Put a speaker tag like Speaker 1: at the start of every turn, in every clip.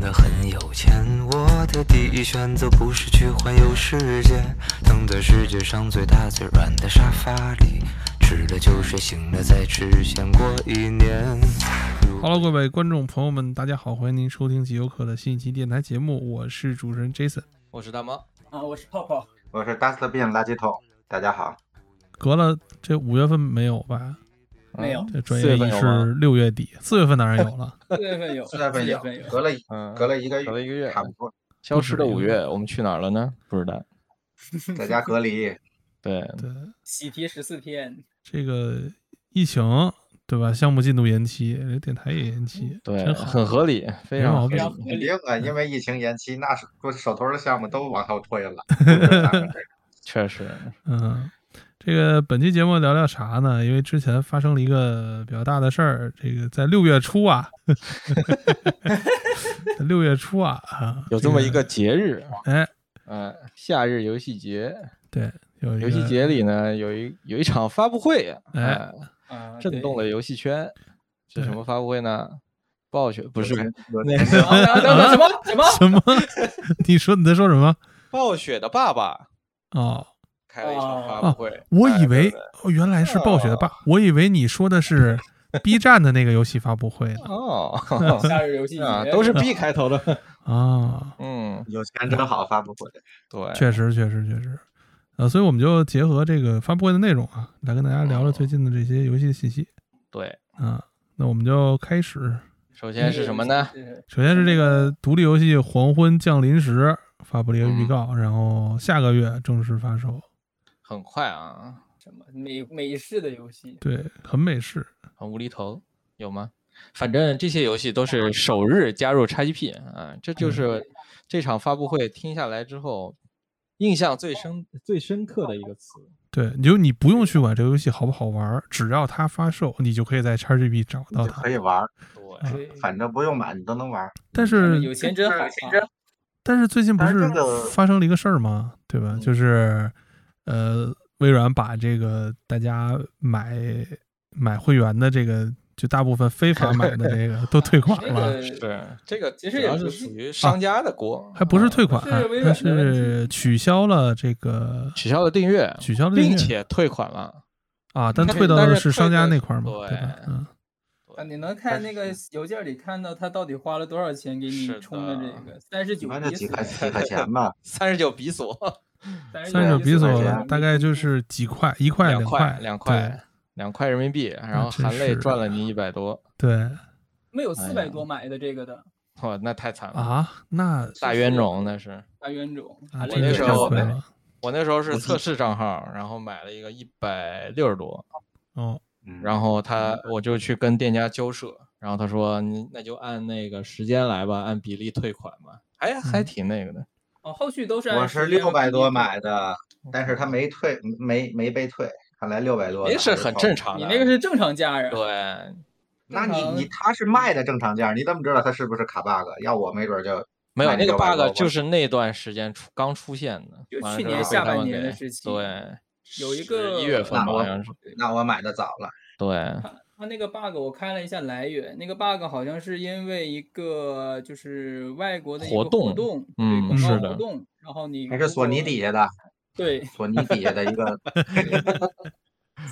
Speaker 1: 得很有钱，我的第一选择不是去环游世界，躺在世界上最大最软的沙发里，吃了就睡，醒了再吃，先过一年。
Speaker 2: Hello，各位观众朋友们，大家好，欢迎您收听极游客的新一期电台节目，我是主持人 Jason。
Speaker 3: 我是大猫，
Speaker 4: 啊，我是泡泡，
Speaker 5: 我是 Dustbin 垃圾桶，大 家好。
Speaker 2: 隔了这五月份没有吧？
Speaker 4: 没有
Speaker 3: 嗯，
Speaker 2: 这转
Speaker 3: 四
Speaker 2: 眼
Speaker 3: 月份
Speaker 2: 已
Speaker 3: 有
Speaker 2: 是
Speaker 3: 吗
Speaker 2: 六月底，四月份当然有了。
Speaker 4: 四月份有，
Speaker 5: 四月份
Speaker 4: 有
Speaker 5: 有，，隔了一
Speaker 3: 嗯，
Speaker 5: 隔了一个
Speaker 3: 隔了一个月
Speaker 5: 月，差不 多，
Speaker 3: 消失的五月，我们去哪儿了呢？不知道。
Speaker 5: 在家 隔离。
Speaker 3: 对，
Speaker 2: 对，
Speaker 4: 喜提十四天，
Speaker 2: 这个疫情对吧？项目进度延期，这电台也延期，
Speaker 3: 嗯对，
Speaker 2: 真好，
Speaker 3: 很合理，非常合
Speaker 2: 没
Speaker 3: 理
Speaker 4: 然
Speaker 2: 毛
Speaker 4: 后。
Speaker 5: 肯定啊，因为疫情延期，那手手头的项目都往后 推了。
Speaker 3: 确实，
Speaker 2: 嗯，这个本期节目聊聊啥呢？因为之前发生了一个比较大的事儿，这个在六月初 啊， 在六月初啊，啊
Speaker 3: 有这么一个节日，
Speaker 2: 哎，
Speaker 3: 嗯，夏日游戏节。
Speaker 2: 对，有一
Speaker 3: 游戏
Speaker 2: 个
Speaker 3: 节里呢，有一有一场发布会，
Speaker 2: 哎
Speaker 3: 哎，
Speaker 4: 啊，
Speaker 3: 震动了游戏圈。是什
Speaker 2: 对
Speaker 3: 么发布会呢？Bosch 不 是
Speaker 5: 那
Speaker 3: 那
Speaker 4: 对。
Speaker 3: 个
Speaker 4: 啊等等等什么 什么？
Speaker 2: 什么？你说你在说什么？
Speaker 3: 暴雪的爸爸
Speaker 2: 哦，
Speaker 3: 开了一场发
Speaker 2: 哦
Speaker 3: 布会。
Speaker 2: 我
Speaker 3: 哎
Speaker 2: 以为、
Speaker 3: 对对
Speaker 2: 哦、原来是暴雪的爸，我以为你说的 是 B 站的那个游戏发布会呢。
Speaker 3: 哦，
Speaker 4: 夏日游戏节
Speaker 3: 啊，都是 B 开头 的。
Speaker 2: 啊，
Speaker 3: 嗯，
Speaker 5: 有钱真好，发布会。
Speaker 3: 对，
Speaker 2: 确实，确实，确实。呃，所以我们就结合这个发布会的内容啊，来跟大家聊聊最近的这些游戏的信息
Speaker 3: 对。
Speaker 2: 啊。那我们就开始，
Speaker 3: 首先是什么呢？
Speaker 4: 是？
Speaker 2: 首先是这个独立游戏《黄昏降临时》发布了一个预
Speaker 3: 嗯
Speaker 2: 告，然后下个月正式发售。
Speaker 3: 很快啊，
Speaker 4: 什么美美式的游戏？
Speaker 2: 对，很美式。
Speaker 3: 很无厘头，有吗？反正这些游戏都
Speaker 2: 嗯
Speaker 3: 是首日加入 XGP 啊，这就是这场发布会听下来之后，印象最深、最深刻的一个词。
Speaker 2: 对，你就你不用去管这个游戏好不好玩儿，只要它发售，你就可以在 XGP 找到
Speaker 3: 哦
Speaker 5: 就
Speaker 2: 它
Speaker 5: 可。以玩，
Speaker 3: 对，
Speaker 4: 对，
Speaker 5: 反正不用买，你都能玩。
Speaker 2: 但
Speaker 4: 正
Speaker 2: 是
Speaker 4: 有钱真好啊，
Speaker 2: 但是最近不
Speaker 5: 但是
Speaker 2: 是
Speaker 5: 这个
Speaker 2: 发生了一个事儿吗？对吧？就是，呃，微软把这个大家买买会员的这个，就大部分非法买的这个都退款
Speaker 4: 这
Speaker 2: 了，
Speaker 4: 个
Speaker 3: 是这个，
Speaker 4: 其实
Speaker 3: 主
Speaker 4: 也
Speaker 3: 要
Speaker 4: 不
Speaker 3: 是
Speaker 4: 是
Speaker 3: 属于商家的锅，
Speaker 2: 啊
Speaker 3: 啊
Speaker 2: 还不是退款，啊
Speaker 4: 是微
Speaker 2: 它
Speaker 4: 软的问题
Speaker 2: 是取消了这个
Speaker 3: 取消了订阅，
Speaker 2: 取消了订阅
Speaker 3: 并且退款了。
Speaker 2: 啊，但
Speaker 3: 但是
Speaker 2: 退到
Speaker 3: 但
Speaker 2: 的
Speaker 3: 是
Speaker 2: 商
Speaker 3: 退
Speaker 2: 家
Speaker 3: 的
Speaker 2: 那
Speaker 3: 是
Speaker 2: 块儿嘛，
Speaker 3: 对
Speaker 2: 对吧？嗯，
Speaker 4: 啊，你能看那个邮件里看到他到底花了多少钱给你
Speaker 3: 是
Speaker 4: 充的
Speaker 3: 的
Speaker 4: 这个三十
Speaker 5: 一
Speaker 4: 九
Speaker 5: 般就
Speaker 4: 比
Speaker 5: 几
Speaker 4: 索
Speaker 5: 块，几块 钱吧，
Speaker 3: 三十九比索，
Speaker 2: 三
Speaker 4: 九
Speaker 2: 手比
Speaker 5: 索
Speaker 4: 索
Speaker 5: 呀
Speaker 2: 大概就是几块，一块
Speaker 3: 两
Speaker 2: 块，
Speaker 3: 两
Speaker 2: 块，
Speaker 3: 块，两块人民币，然后
Speaker 2: 真
Speaker 3: 含泪
Speaker 2: 是
Speaker 3: 赚了你一百多，
Speaker 2: 对
Speaker 4: 没有四百
Speaker 3: 呀
Speaker 4: 多买的这个的
Speaker 3: 哇，那太惨了，
Speaker 2: 啊，那
Speaker 3: 大冤种那是。
Speaker 4: 大冤种，
Speaker 2: 啊，
Speaker 3: 我
Speaker 2: 这
Speaker 3: 那
Speaker 2: 个
Speaker 3: 时
Speaker 2: 太
Speaker 3: 候
Speaker 2: 亏
Speaker 3: 买
Speaker 2: 了
Speaker 3: 我那时候是
Speaker 5: 我
Speaker 3: 测试账号，然后买了一个一百六十多，
Speaker 2: 哦，
Speaker 5: 嗯
Speaker 3: 然后他我就去跟店家交涉，然后他说你那就按那个时间来吧，按比例退款吧，还还
Speaker 4: 嗯
Speaker 3: 挺那个的，
Speaker 4: 哦，后续都是按
Speaker 5: 我是
Speaker 4: 时间
Speaker 5: 六百
Speaker 4: 比例
Speaker 5: 多
Speaker 4: 做
Speaker 5: 买的，但是他没退，没没被退，看来六百多
Speaker 3: 也是很正常
Speaker 5: 常。
Speaker 4: 你
Speaker 3: 的。
Speaker 4: 那个是正常价啊呀？
Speaker 3: 对，
Speaker 5: 那你你他是卖的正常价，你怎么知道他是不是卡 bug？要我没准就
Speaker 3: 没有
Speaker 5: 卖
Speaker 3: 那个
Speaker 5: 600多
Speaker 3: bug 就
Speaker 5: 吧
Speaker 3: 是那段时间出刚出现的，
Speaker 4: 就
Speaker 3: 完了
Speaker 4: 去
Speaker 3: 之
Speaker 4: 年
Speaker 3: 后
Speaker 4: 下
Speaker 3: 他
Speaker 4: 半
Speaker 3: 们
Speaker 4: 年的
Speaker 3: 给
Speaker 4: 事情
Speaker 3: 对，
Speaker 4: 有一个
Speaker 3: 一月份吧，
Speaker 5: 那
Speaker 3: 好
Speaker 5: 我
Speaker 3: 像是
Speaker 5: 那我买的早了。
Speaker 3: 对，
Speaker 4: 它那个 bug 我看了一下来源，那个 bug 好像是因为一个就是外国的一个
Speaker 3: 活
Speaker 4: 动，
Speaker 3: 动嗯
Speaker 4: 对广告
Speaker 3: 是
Speaker 4: 活
Speaker 3: 的
Speaker 4: 动，然后你
Speaker 5: 还是
Speaker 4: 如
Speaker 5: 索尼
Speaker 4: 果
Speaker 5: 底下
Speaker 3: 哦
Speaker 5: 的，
Speaker 4: 对
Speaker 5: 索尼底下的 一个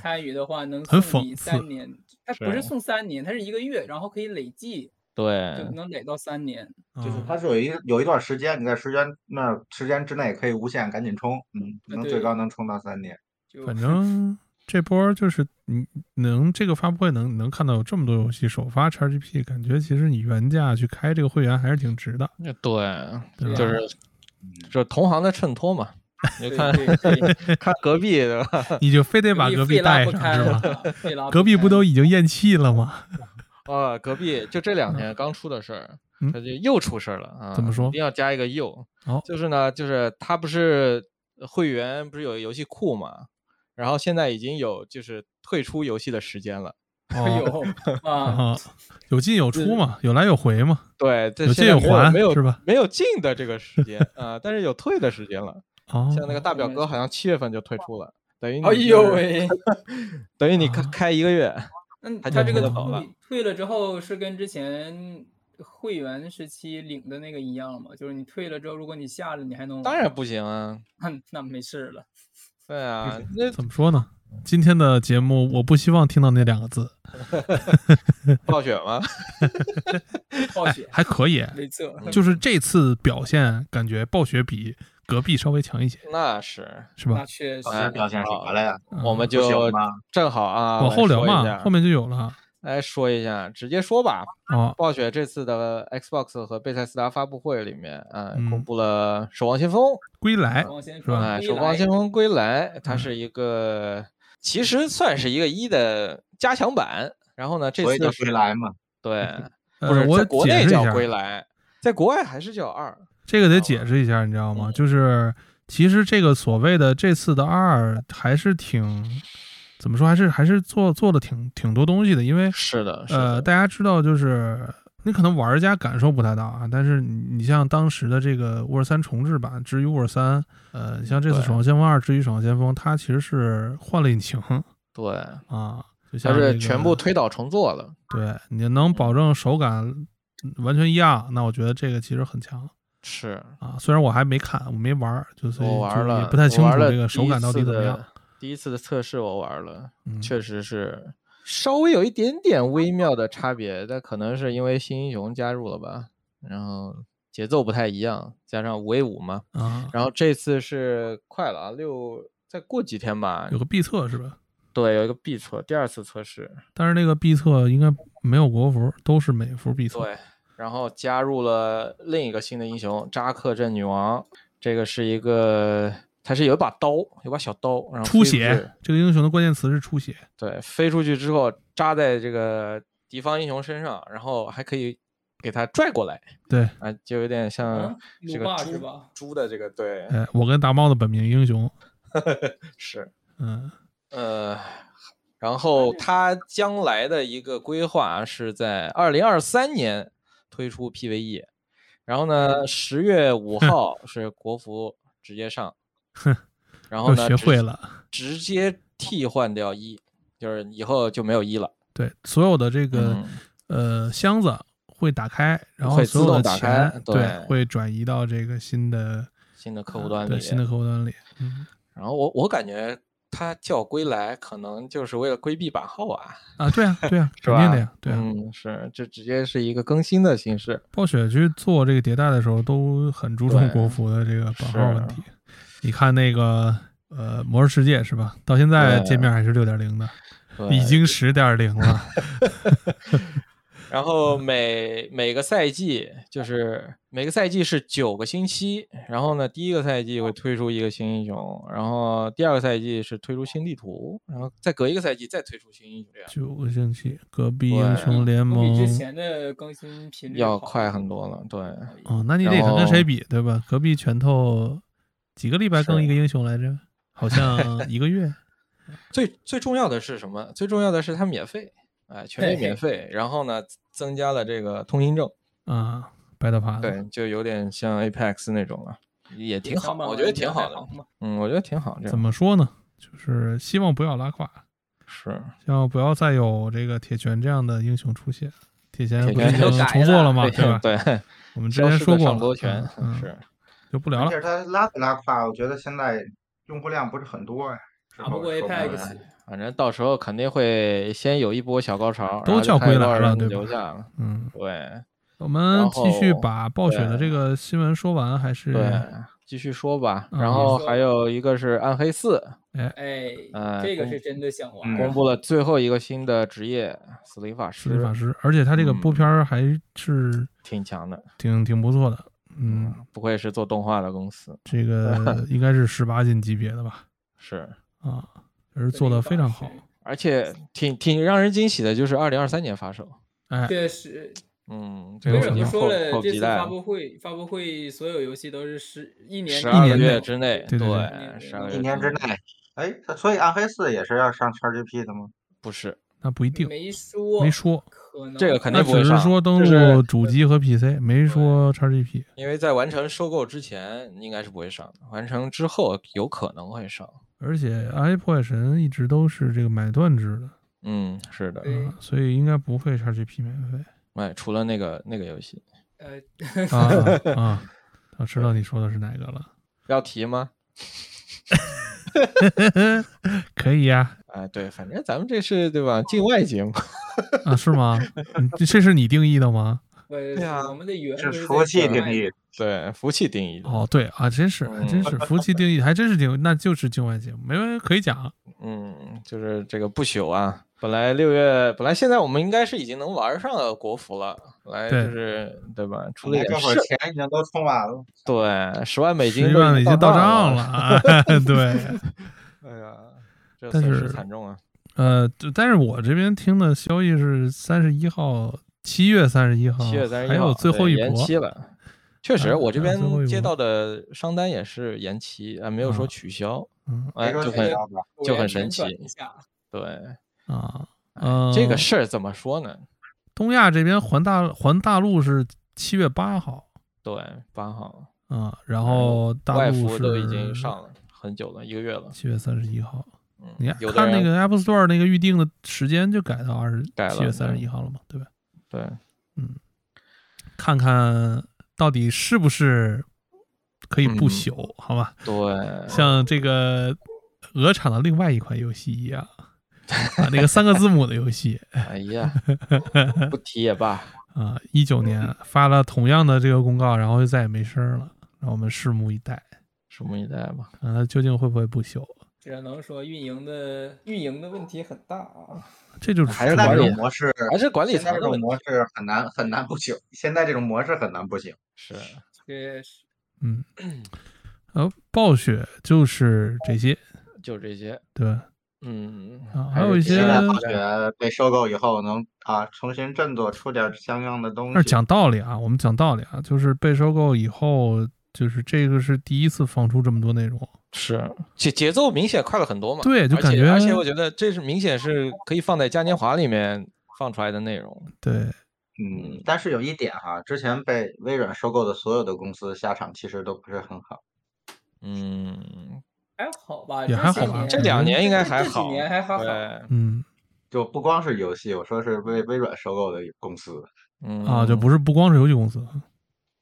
Speaker 4: 参与的话能
Speaker 2: 很
Speaker 4: 送
Speaker 2: 讽
Speaker 4: 你
Speaker 2: 刺
Speaker 4: 三年，它不
Speaker 3: 是
Speaker 4: 是送三年，它是一个月，然后可以累计，就
Speaker 2: 哎
Speaker 3: 对，
Speaker 4: 能累到三年。
Speaker 5: 就是
Speaker 2: 啊
Speaker 5: 它是有一有一段时间，你在时间那儿时间之内可以无限赶紧充，
Speaker 3: 哎
Speaker 5: 嗯，
Speaker 4: 啊
Speaker 5: 能
Speaker 4: 对
Speaker 5: 最高能充到三年。
Speaker 4: 就
Speaker 2: 反 正这波儿就是你能这个发布会能能看到有这么多游戏首发 XGP，感觉其实你原价去开这个会员还是挺值的。
Speaker 3: 那
Speaker 4: 啊
Speaker 3: 对，
Speaker 2: 对
Speaker 3: 就
Speaker 2: 吧
Speaker 3: 是就是同行的衬托嘛，你就
Speaker 4: 对
Speaker 3: 看
Speaker 4: 对 对
Speaker 3: 看隔壁对吧？
Speaker 2: 你就非得把
Speaker 4: 壁
Speaker 2: 隔
Speaker 4: 费
Speaker 2: 壁
Speaker 4: 拉
Speaker 2: 带
Speaker 4: 不
Speaker 2: 上
Speaker 4: 开
Speaker 2: 是吧？
Speaker 4: 了，费拉
Speaker 2: 隔壁
Speaker 4: 开
Speaker 2: 不都已经咽气了吗？
Speaker 3: 啊，隔壁就这两天刚出的事儿，
Speaker 2: 嗯
Speaker 3: 他就又出事儿了啊！
Speaker 2: 怎么说
Speaker 3: 一定要加一个又。
Speaker 2: 哦
Speaker 3: 就是呢，就是他不是会员不是有游戏库嘛，然后现在已经有就是退出游戏的时间了。
Speaker 2: 哦，
Speaker 4: 有哎啊？
Speaker 2: 啊，有进有出嘛，有来有回嘛，
Speaker 3: 对，这
Speaker 2: 有进
Speaker 3: 现在
Speaker 2: 有
Speaker 3: 没有
Speaker 2: 还
Speaker 3: 没有
Speaker 2: 是吧？
Speaker 3: 没有进的这个时 间啊，但是有退的时间了。
Speaker 2: 哦，
Speaker 3: 像那个大表哥好像七月份就退出了，等于你
Speaker 4: 哎
Speaker 3: 就
Speaker 4: 呦
Speaker 3: 是，
Speaker 4: 喂，
Speaker 3: 等于你
Speaker 2: 啊
Speaker 3: 开开一个月，
Speaker 4: 那
Speaker 3: 他
Speaker 4: 他
Speaker 3: 就
Speaker 4: 这个
Speaker 3: 不能跑了
Speaker 4: 退退了之后是跟之前会员时期领的那个一样吗？就是你退了之后，如果你下了，你还能玩
Speaker 3: 当然不行啊，
Speaker 4: 那没事了。
Speaker 3: 对啊，那
Speaker 2: 怎么说呢？今天的节目，我不希望听到那两个字，
Speaker 3: 暴雪吗？
Speaker 4: 暴雪
Speaker 2: 还可以，
Speaker 4: 没错，
Speaker 2: 就是这次表现感觉暴雪比隔壁稍微强一些，
Speaker 3: 那是，
Speaker 2: 是
Speaker 4: 那
Speaker 2: 吧？
Speaker 4: 确实
Speaker 5: 老。
Speaker 3: 哎
Speaker 5: 师表现啥了呀？
Speaker 2: 嗯
Speaker 3: 我们就
Speaker 5: 不行吗
Speaker 3: 正好啊，
Speaker 2: 往后聊
Speaker 3: 来说一
Speaker 2: 嘛，
Speaker 3: 下
Speaker 2: 后面就有了
Speaker 3: 来说一下，直接说吧。
Speaker 2: 啊。
Speaker 3: 暴雪这次的 Xbox 和贝塞斯达发布会里面，啊，
Speaker 2: 嗯
Speaker 3: 公布了《守望先锋》
Speaker 2: 归来，
Speaker 4: 王先
Speaker 2: 哎是吧
Speaker 3: 啊，
Speaker 4: 生，
Speaker 3: 《守望先锋归来》，
Speaker 2: 嗯
Speaker 3: 它是一个其实算是一个一的加强版。然后呢，这
Speaker 5: 所以
Speaker 3: 次
Speaker 5: 就是回来嘛。
Speaker 3: 对，不
Speaker 2: 呃
Speaker 3: 是，在
Speaker 2: 我
Speaker 3: 国
Speaker 2: 解
Speaker 3: 内
Speaker 2: 释一
Speaker 3: 叫
Speaker 2: 下
Speaker 3: 归来，哦在国外还是叫二。
Speaker 2: 这个得解释一下，你知道吗？
Speaker 3: 嗯
Speaker 2: 就是其实这个所谓的这次的二还是挺怎么说，还是还是做做了挺挺多东西的，因为
Speaker 3: 是的，是
Speaker 2: 呃，
Speaker 3: 的，
Speaker 2: 大家知道就是。你可能玩家感受不太到啊，但是你你像当时的这个《沃尔三重置版》《至于沃尔三》，呃，你像这次《
Speaker 3: 对
Speaker 2: 守望先锋二》《至于守望先锋》，它其实是换了引擎
Speaker 3: 对，
Speaker 2: 啊，就
Speaker 3: 它
Speaker 2: 像、
Speaker 3: 是全部推倒重做了。
Speaker 2: 对，你能保证手感完全一样，那我觉得这个其实很强
Speaker 3: 是，
Speaker 2: 啊。虽然我还没看，我没玩儿，就所以
Speaker 3: 我玩
Speaker 2: 就
Speaker 3: 了，
Speaker 2: 也不太清
Speaker 3: 我
Speaker 2: 楚
Speaker 3: 玩了
Speaker 2: 这个手
Speaker 3: 第一
Speaker 2: 感到底
Speaker 3: 次
Speaker 2: 怎么
Speaker 3: 的
Speaker 2: 样。
Speaker 3: 第一次的测试我玩了，
Speaker 2: 嗯
Speaker 3: 确实是稍微有一点点微妙的差别，但可能是因为新英雄加入了吧，然后节奏不太一样，加上五 v 五嘛，
Speaker 2: 啊，
Speaker 3: 然后这次是快了啊，六再过几天吧
Speaker 2: 有，个必测是吧？
Speaker 3: 对，有一个 B 测，第二次测试，
Speaker 2: 但是那个必测应该没有国服，都是美服必测。
Speaker 3: 对，然后加入了另一个新的英雄扎克镇女王，这个是一个。它是有一把刀，有把小刀，然后
Speaker 2: 出
Speaker 3: 飞出去
Speaker 2: 血，这个英雄的关键词是出血。
Speaker 3: 对，飞出去之后扎在这个敌方英雄身上，然后还可以给他拽过来
Speaker 2: 对，
Speaker 3: 啊，就有点像
Speaker 2: 嗯
Speaker 4: 啊
Speaker 3: 这
Speaker 4: 鲁
Speaker 3: 个
Speaker 4: 霸
Speaker 3: 猪
Speaker 4: 是吧？
Speaker 3: 猪的这个对，
Speaker 2: 哎，我跟大猫的本命英雄，
Speaker 3: 是
Speaker 2: 嗯，
Speaker 3: 呃，然后他将来的一个规划是在二零二三年推出 PVE，然后
Speaker 2: 嗯
Speaker 3: 呢，十月五号是国服直接上，
Speaker 2: 哼，
Speaker 3: 然后
Speaker 2: 又
Speaker 3: 呢，
Speaker 2: 学
Speaker 3: 直
Speaker 2: 会了。
Speaker 3: 直接替换掉一，就是以后就没有一了，
Speaker 2: 对，所有的这个、
Speaker 3: 嗯。
Speaker 2: 呃箱子会打开，然后
Speaker 3: 会
Speaker 2: 所有
Speaker 3: 自动
Speaker 2: 的
Speaker 3: 打
Speaker 2: 钱
Speaker 3: 开
Speaker 2: 对
Speaker 3: 对
Speaker 2: 会转移到这个新的
Speaker 3: 新的客户
Speaker 2: 呃
Speaker 3: 端里，
Speaker 2: 对新的客户 端里。嗯
Speaker 3: 然后我我感觉他叫归来，可能就是为了规避版号啊，
Speaker 2: 啊，对啊，对啊，
Speaker 3: 是
Speaker 2: 肯
Speaker 3: 吧？
Speaker 2: 定的呀，对啊。
Speaker 3: 嗯，是，这直接是一个更新的形式。
Speaker 2: 暴雪去做这个迭代的时候，都很注重
Speaker 3: 对啊
Speaker 2: 国服的这个版号问题。你看那个呃《魔兽世界》是吧？到现在
Speaker 3: 对
Speaker 2: 界面还是六点零的，
Speaker 3: 对
Speaker 2: 已。经十点零了。
Speaker 3: 然后每每个赛季就是每个赛季是九个星期，然后呢，第一个赛季会推出一个新英雄，然后第二个赛季是推出新地图，然后再隔一个赛季再推出新英雄，这样
Speaker 2: 九个星期，隔壁
Speaker 3: 对
Speaker 2: 英雄联
Speaker 4: 我
Speaker 2: 盟
Speaker 4: 比之前的更新频率
Speaker 3: 要
Speaker 4: 好
Speaker 3: 快很多了。对，
Speaker 2: 哦，那你得
Speaker 3: 然
Speaker 2: 看跟谁
Speaker 3: 后
Speaker 2: 比，对吧？隔壁拳头几个礼拜更
Speaker 3: 是
Speaker 2: 一个英雄来着？好 像一个月。
Speaker 3: 最最重要的是什么？最重要的是它免费，哎，全
Speaker 4: 嘿
Speaker 3: 力免
Speaker 4: 嘿
Speaker 3: 费。然后呢，增加了这个通行证，
Speaker 2: 啊，白大耙子。
Speaker 3: 对，就有点像 Apex 那种了，啊也挺好，
Speaker 4: 想把
Speaker 3: 我觉得
Speaker 4: 玩家
Speaker 3: 挺好
Speaker 4: 带
Speaker 3: 的。
Speaker 4: 嘛
Speaker 3: 嗯，我觉得挺好，这
Speaker 2: 怎
Speaker 3: 样
Speaker 2: 么说呢？就是希望不要拉胯，
Speaker 3: 是
Speaker 2: 希望不要再有这个铁拳这样的英雄出现。铁拳
Speaker 3: 铁
Speaker 2: 不是已
Speaker 3: 拳
Speaker 2: 经
Speaker 4: 又改
Speaker 2: 重做
Speaker 4: 了
Speaker 2: 了吗？对吧？
Speaker 3: 对，
Speaker 2: 我们之
Speaker 3: 消
Speaker 2: 前
Speaker 3: 失
Speaker 2: 说
Speaker 3: 的
Speaker 2: 过
Speaker 3: 上
Speaker 2: 了
Speaker 3: 勾拳
Speaker 2: 嗯，嗯
Speaker 3: 是
Speaker 2: 就不聊
Speaker 5: 而
Speaker 2: 了
Speaker 5: 且。他拉不拉胯，我觉得现在用户量不是很多呀。
Speaker 3: 啊
Speaker 4: 打不过
Speaker 5: 之后也说
Speaker 4: Apex，
Speaker 5: 来
Speaker 3: 反正到时候肯定会先有一波小高潮，然
Speaker 2: 都
Speaker 3: 后就
Speaker 2: 叫
Speaker 3: 看有
Speaker 2: 归
Speaker 3: 多
Speaker 2: 来
Speaker 3: 少
Speaker 2: 了
Speaker 3: 人
Speaker 2: 对
Speaker 3: 留
Speaker 2: 吧
Speaker 3: 下了，
Speaker 2: 嗯，
Speaker 3: 对
Speaker 2: 我们
Speaker 3: 然
Speaker 2: 继续
Speaker 3: 后
Speaker 2: 把暴雪的
Speaker 3: 对
Speaker 2: 这个新闻说完，还是啊
Speaker 3: 对。继续说吧，
Speaker 2: 嗯
Speaker 3: 然
Speaker 2: 你
Speaker 3: 后
Speaker 4: 说
Speaker 3: 还有一个是暗黑四，
Speaker 4: 哎
Speaker 3: 呃，
Speaker 4: 这个
Speaker 3: 公
Speaker 4: 是真的想玩
Speaker 5: 嗯
Speaker 4: 儿
Speaker 3: 公布了最后一个新的职业死灵法师，
Speaker 2: 实力法师，而且他这个播
Speaker 3: 嗯
Speaker 2: 片儿还是
Speaker 3: 挺强的，
Speaker 2: 挺挺不错的。嗯，
Speaker 3: 不愧是做动画的公司，
Speaker 2: 这 个应该是十八禁级别的吧？
Speaker 3: 是，
Speaker 2: 啊，就是做的非常好。
Speaker 3: 而且挺挺让人惊喜的，就是二零二三年发售，
Speaker 2: 哎，
Speaker 4: 确实，
Speaker 3: 嗯，这
Speaker 4: 微
Speaker 3: 个
Speaker 2: 有
Speaker 3: 我
Speaker 2: 什么
Speaker 4: 软就
Speaker 3: 们
Speaker 4: 说
Speaker 3: 迫
Speaker 4: 了，
Speaker 3: 迫不
Speaker 4: 这次
Speaker 3: 及
Speaker 4: 发
Speaker 3: 待。
Speaker 4: 布会发布会所有游戏都是十一年
Speaker 3: 十
Speaker 4: 内
Speaker 3: 二
Speaker 2: 年
Speaker 3: 个
Speaker 2: 内
Speaker 3: 月之内，
Speaker 2: 对对对
Speaker 3: 十二个月
Speaker 5: 一年之
Speaker 3: 内
Speaker 5: 内，哎，他所以暗黑四也是要上 XGP 的吗？
Speaker 3: 不是
Speaker 2: 那不一定，
Speaker 4: 没说
Speaker 2: 没说，
Speaker 4: 可能
Speaker 3: 这个肯定
Speaker 2: 那
Speaker 3: 不会
Speaker 2: 只是
Speaker 3: 上
Speaker 2: 说登
Speaker 3: 就是
Speaker 2: 录主机和 PC，没说 XGP。
Speaker 3: 因为在完成收购之前应该是不会上的，完成之后有可能会上。
Speaker 2: 而且《暗黑破坏神》一直都是这个买断制的，
Speaker 3: 嗯，是的，
Speaker 4: 对
Speaker 2: 啊所以应该不会 XGP 免费。
Speaker 3: 哎，除了那个那个游戏，
Speaker 4: 呃，
Speaker 2: 啊啊！我知道你说的是哪个了，
Speaker 3: 要提吗？
Speaker 2: 可以呀、
Speaker 3: 哎，对，反正咱们这是对吧？境外节目，
Speaker 2: 啊，是吗？嗯这这是你定义的吗？
Speaker 4: 对
Speaker 3: 对啊
Speaker 4: 我们的原
Speaker 5: 是
Speaker 4: 文在
Speaker 5: 服务器
Speaker 4: 国
Speaker 5: 定
Speaker 4: 外
Speaker 5: 义，
Speaker 3: 对，服务器定义的，
Speaker 2: 哦，对啊，真是，还真是，服务器定义还真是定，那就是境外节目，没问题，可以讲。
Speaker 3: 嗯，就是这个不朽啊。本来六月，本来现在我们应该是已经能玩上了国服了，本来
Speaker 2: 对
Speaker 3: 就是对吧？出了
Speaker 5: 来
Speaker 3: 点
Speaker 5: 哎这
Speaker 3: 事
Speaker 5: 会儿
Speaker 3: 儿，
Speaker 5: 钱已经都充完了，
Speaker 3: 对，十万美金
Speaker 2: 十
Speaker 3: 都
Speaker 2: 万已经到账
Speaker 3: 账
Speaker 2: 了，
Speaker 3: 了，
Speaker 2: 啊 对，
Speaker 3: 哎呀，这
Speaker 2: 但
Speaker 3: 损失
Speaker 2: 是
Speaker 3: 惨重啊。
Speaker 2: 呃，就但是我这边听的消息是三十一号，七月三十一号，
Speaker 3: 七月三十一号
Speaker 2: 还有最后一
Speaker 3: 对延
Speaker 2: 波
Speaker 3: 期了。确实，
Speaker 2: 啊
Speaker 3: 我这
Speaker 2: 还有最后
Speaker 3: 边
Speaker 2: 一
Speaker 3: 接
Speaker 2: 波
Speaker 3: 到的商单也是延期，啊，没有说
Speaker 2: 啊
Speaker 3: 取消，
Speaker 2: 嗯
Speaker 3: 哎，
Speaker 5: 没说
Speaker 3: 就
Speaker 5: 取
Speaker 3: 很
Speaker 5: 消吧？
Speaker 4: 我
Speaker 3: 就
Speaker 4: 也
Speaker 3: 很
Speaker 4: 宣
Speaker 3: 神
Speaker 4: 传
Speaker 3: 奇
Speaker 4: 一下
Speaker 3: 对。
Speaker 2: 啊，嗯，
Speaker 3: 哎这个事儿怎么说呢？
Speaker 2: 东亚这边环大环大陆是七月八号
Speaker 3: 对，八号，
Speaker 2: 啊，然后大
Speaker 3: 外
Speaker 2: 陆
Speaker 3: 服
Speaker 2: 是
Speaker 3: 都已经上了很久了，一个月了。
Speaker 2: 七月三十一号。
Speaker 3: 嗯，
Speaker 2: 你
Speaker 3: 有的
Speaker 2: 看那
Speaker 3: 人
Speaker 2: 个 App Store 那个预定的时间就改到二十
Speaker 3: 改了
Speaker 2: 七月三十一
Speaker 3: 对
Speaker 2: 号了嘛，对吧？
Speaker 3: 对，
Speaker 2: 看看到底是不是可以不
Speaker 3: 嗯哦
Speaker 2: 朽，好吧？
Speaker 3: 对，
Speaker 2: 像这个鹅厂的另外一款游戏一样，啊，那个三个字母的游戏
Speaker 3: 哎呀， 不提也罢。
Speaker 2: 啊，一九年发了同样的这个公告，然后就再也没声儿了，让我们拭目以待，
Speaker 3: 拭目以待吧。
Speaker 2: 看它究竟会不会不朽。
Speaker 4: 只能说运营的运营的问题很大啊。
Speaker 2: 这就是
Speaker 3: 还
Speaker 2: 主
Speaker 3: 是
Speaker 5: 那
Speaker 3: 管
Speaker 5: 这
Speaker 3: 理
Speaker 5: 种
Speaker 2: 观
Speaker 5: 模式，
Speaker 3: 还是管理
Speaker 5: 现在
Speaker 3: 层
Speaker 5: 这
Speaker 3: 的
Speaker 5: 种
Speaker 3: 问题
Speaker 5: 模式很难很难不行，现在这种模式很难不行。
Speaker 3: 是，
Speaker 4: 这是
Speaker 2: 嗯，呃，暴雪就是这些，
Speaker 3: 就这些。
Speaker 2: 对吧？
Speaker 3: 嗯
Speaker 2: 啊，
Speaker 3: 还
Speaker 2: 还有一
Speaker 3: 是
Speaker 2: 些
Speaker 5: 现在
Speaker 3: 这
Speaker 5: 暴
Speaker 3: 些
Speaker 5: 雪被收购以后，能啊重新振作出点相应的东
Speaker 2: 但是
Speaker 5: 西。
Speaker 2: 讲道理啊，我们讲道理啊，就是被收购以后，就是这个是第一次放出这么多内容，
Speaker 3: 是节节奏明显快了很多嘛。
Speaker 2: 对就
Speaker 3: 而
Speaker 2: 感
Speaker 3: 且
Speaker 2: 觉
Speaker 3: 而且我觉得这是明显是可以放在嘉年华里面放出来的内容。
Speaker 2: 对，
Speaker 5: 嗯，但是有一点哈，之前被微软收购的所有的公司下场其实都不是很好。
Speaker 3: 嗯，
Speaker 4: 还好吧，
Speaker 2: 也
Speaker 4: 这
Speaker 2: 还
Speaker 4: 些
Speaker 2: 好吧
Speaker 3: 这
Speaker 2: 嗯
Speaker 3: 两年应该
Speaker 4: 这
Speaker 3: 还
Speaker 4: 这
Speaker 3: 好，
Speaker 4: 几年还还好。
Speaker 3: 对，
Speaker 2: 嗯
Speaker 5: 就不光是游戏，我说是被微软收购的公司。
Speaker 3: 嗯
Speaker 2: 啊，就不是不光是游戏公司，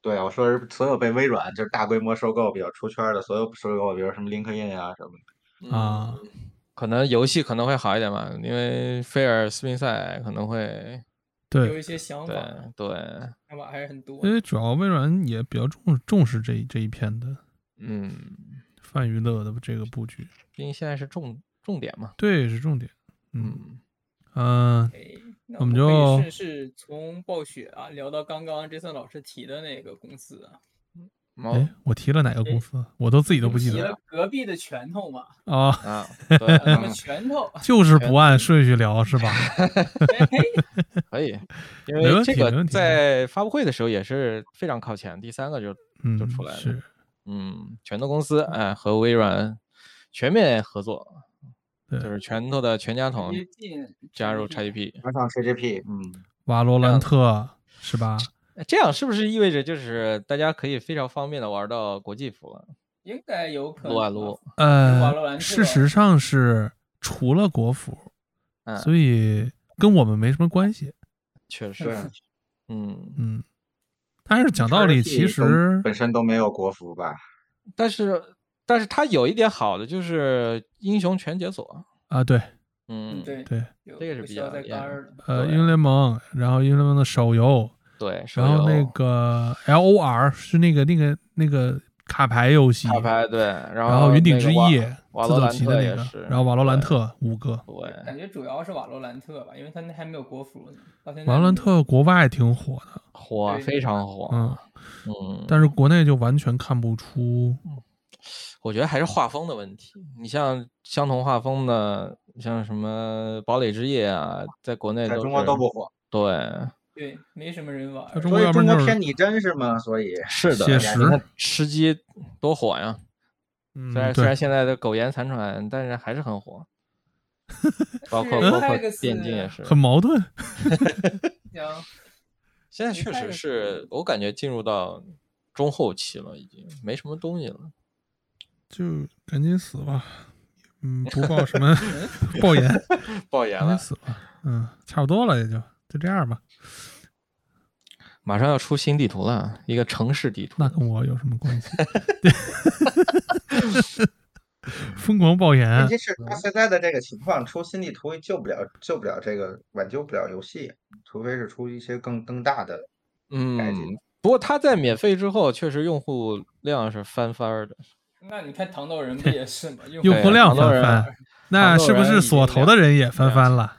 Speaker 5: 对，啊我说是所有被微软就是大规模收购比较出圈儿的所有收购，比如什么 LinkedIn 啊什么的。
Speaker 2: 啊。
Speaker 3: 嗯可能游戏可能会好一点嘛，因为菲尔斯宾塞可能会
Speaker 4: 有
Speaker 2: 对，
Speaker 4: 一些想
Speaker 3: 对
Speaker 4: 法，
Speaker 3: 对，
Speaker 4: 想法还是很多的。
Speaker 2: 因为主要微软也比较重重视这一这一片的
Speaker 3: 嗯，
Speaker 2: 泛娱乐的这个布局，
Speaker 3: 毕竟现在是重重点嘛，
Speaker 2: 对，是重点。嗯
Speaker 3: 嗯，
Speaker 2: 嗯、呃
Speaker 4: 哎那
Speaker 2: 我们
Speaker 4: 可以
Speaker 2: 就
Speaker 4: 试试从暴雪啊聊到刚刚 Jason 老师提的那个公司啊，
Speaker 3: 毛
Speaker 2: 哎，我提了哪个公司？我都自己都不记
Speaker 4: 提
Speaker 2: 得
Speaker 4: 了隔壁的拳 头嘛，
Speaker 2: 啊，
Speaker 3: 啊， 对，
Speaker 4: 咱们
Speaker 3: 嗯
Speaker 4: 拳头，
Speaker 2: 就是不按顺序聊是 吧？
Speaker 4: 哎嘿
Speaker 3: 可以，因
Speaker 2: 没
Speaker 3: 为
Speaker 2: 问
Speaker 3: 这
Speaker 2: 题没
Speaker 3: 个
Speaker 2: 问题
Speaker 3: 在发布会的时候也是非常靠前，第三个就
Speaker 2: 嗯
Speaker 3: 就出来，了
Speaker 2: 是
Speaker 3: 嗯，拳头公司哎和微软全面合作，就
Speaker 2: 对
Speaker 3: 是拳头的全家桶
Speaker 4: 直接进
Speaker 3: 加入
Speaker 4: CGP
Speaker 3: XGP，
Speaker 5: 加上 CGP，嗯，
Speaker 2: 瓦罗兰特是吧？
Speaker 3: 哎这样是不是意味着就是大家可以非常方便的玩到国际服了？
Speaker 4: 应该有可能
Speaker 3: 撸啊
Speaker 4: 吧
Speaker 3: 撸，
Speaker 4: 瓦罗兰
Speaker 2: 呃，
Speaker 4: 特
Speaker 2: 事实上是除了国服，
Speaker 3: 嗯，
Speaker 2: 所以跟我们没什么关系。
Speaker 3: 确实
Speaker 5: 对，，
Speaker 3: 嗯，
Speaker 2: 嗯，但是讲道理，其
Speaker 5: XGP 都
Speaker 2: 实
Speaker 5: 本身都没有国服吧？
Speaker 3: 但是但是它有一点好的就是英雄全解锁，
Speaker 2: 啊，对
Speaker 3: 嗯，
Speaker 4: 对，
Speaker 2: 对，
Speaker 4: 有
Speaker 3: 这个是
Speaker 4: 不
Speaker 3: 比
Speaker 4: 需要
Speaker 3: 较
Speaker 4: 再
Speaker 3: 厉害
Speaker 4: 干
Speaker 3: 的
Speaker 4: 儿了。
Speaker 2: 呃，
Speaker 3: 对
Speaker 2: 英雄联盟，然后英雄联盟的手游，
Speaker 3: 对，手
Speaker 2: 然后那
Speaker 3: 游
Speaker 2: 个 L O R 是那个那个那个卡牌游戏，
Speaker 3: 卡牌对，然
Speaker 2: 然后云顶之
Speaker 3: 翼
Speaker 2: 弈、
Speaker 3: 瓦
Speaker 2: 自
Speaker 3: 罗
Speaker 2: 走
Speaker 3: 兰
Speaker 2: 棋
Speaker 3: 特
Speaker 2: 的
Speaker 3: 也
Speaker 2: 那
Speaker 3: 是
Speaker 2: 个，然后瓦罗兰特五个，
Speaker 3: 对
Speaker 4: 感觉主要是瓦罗兰特吧，因为他那还没有国服呢。到现在
Speaker 2: 瓦罗兰
Speaker 4: 没有
Speaker 2: 特国外挺火的，
Speaker 3: 火
Speaker 4: 对
Speaker 3: 非常火，
Speaker 2: 嗯，
Speaker 3: 嗯，
Speaker 2: 但是国内就完全看不出，
Speaker 3: 我觉得还是画风的问题。你像相同画风的，像什么《堡垒之夜》啊，在国内
Speaker 5: 在
Speaker 3: 都
Speaker 5: 中国
Speaker 3: 是
Speaker 5: 都不火，
Speaker 3: 对，
Speaker 4: 对，没什么人玩儿。
Speaker 2: 在中
Speaker 5: 所
Speaker 2: 国
Speaker 5: 以
Speaker 2: 要不
Speaker 5: 中
Speaker 2: 然
Speaker 5: 国
Speaker 2: 就是啊
Speaker 5: 偏拟真是吗？所以
Speaker 3: 是的，哎
Speaker 2: 写
Speaker 3: 你
Speaker 2: 实
Speaker 3: 看吃鸡多火呀！
Speaker 2: 嗯
Speaker 3: 虽然、，虽然
Speaker 2: 对，
Speaker 3: 现在的苟延残喘，但是还是很 火。包括包
Speaker 4: 是
Speaker 3: 括
Speaker 4: 泰克斯
Speaker 3: 电竞也是，
Speaker 2: 很矛盾，
Speaker 4: 像
Speaker 3: 现在
Speaker 4: 你
Speaker 3: 确
Speaker 4: 泰
Speaker 3: 实
Speaker 4: 克斯
Speaker 3: 是我感觉进入到中后期了，已经没什么东西 了。
Speaker 2: 就赶紧死吧，嗯，不报什 么爆言，
Speaker 3: 爆炎
Speaker 2: 嗯赶紧死吧，嗯，差不多了也就就这样吧。
Speaker 3: 马上要出新地图了，一个城市地图
Speaker 2: 那。跟我有什么关系？ 疯狂爆
Speaker 5: 问
Speaker 2: 言
Speaker 5: 题是他现在的这个情况，出新地图救不了，救不了这个，挽救不了游戏，除非是出一些更更大的。改进
Speaker 3: 嗯，不过它在免费之后，确实用户量是翻番儿的。
Speaker 4: 那你看糖豆人不也是 吗？用
Speaker 2: 用
Speaker 3: 对
Speaker 2: 户量
Speaker 3: 很多
Speaker 2: 翻
Speaker 3: 人
Speaker 2: 番，那是不是锁头的人也翻番了？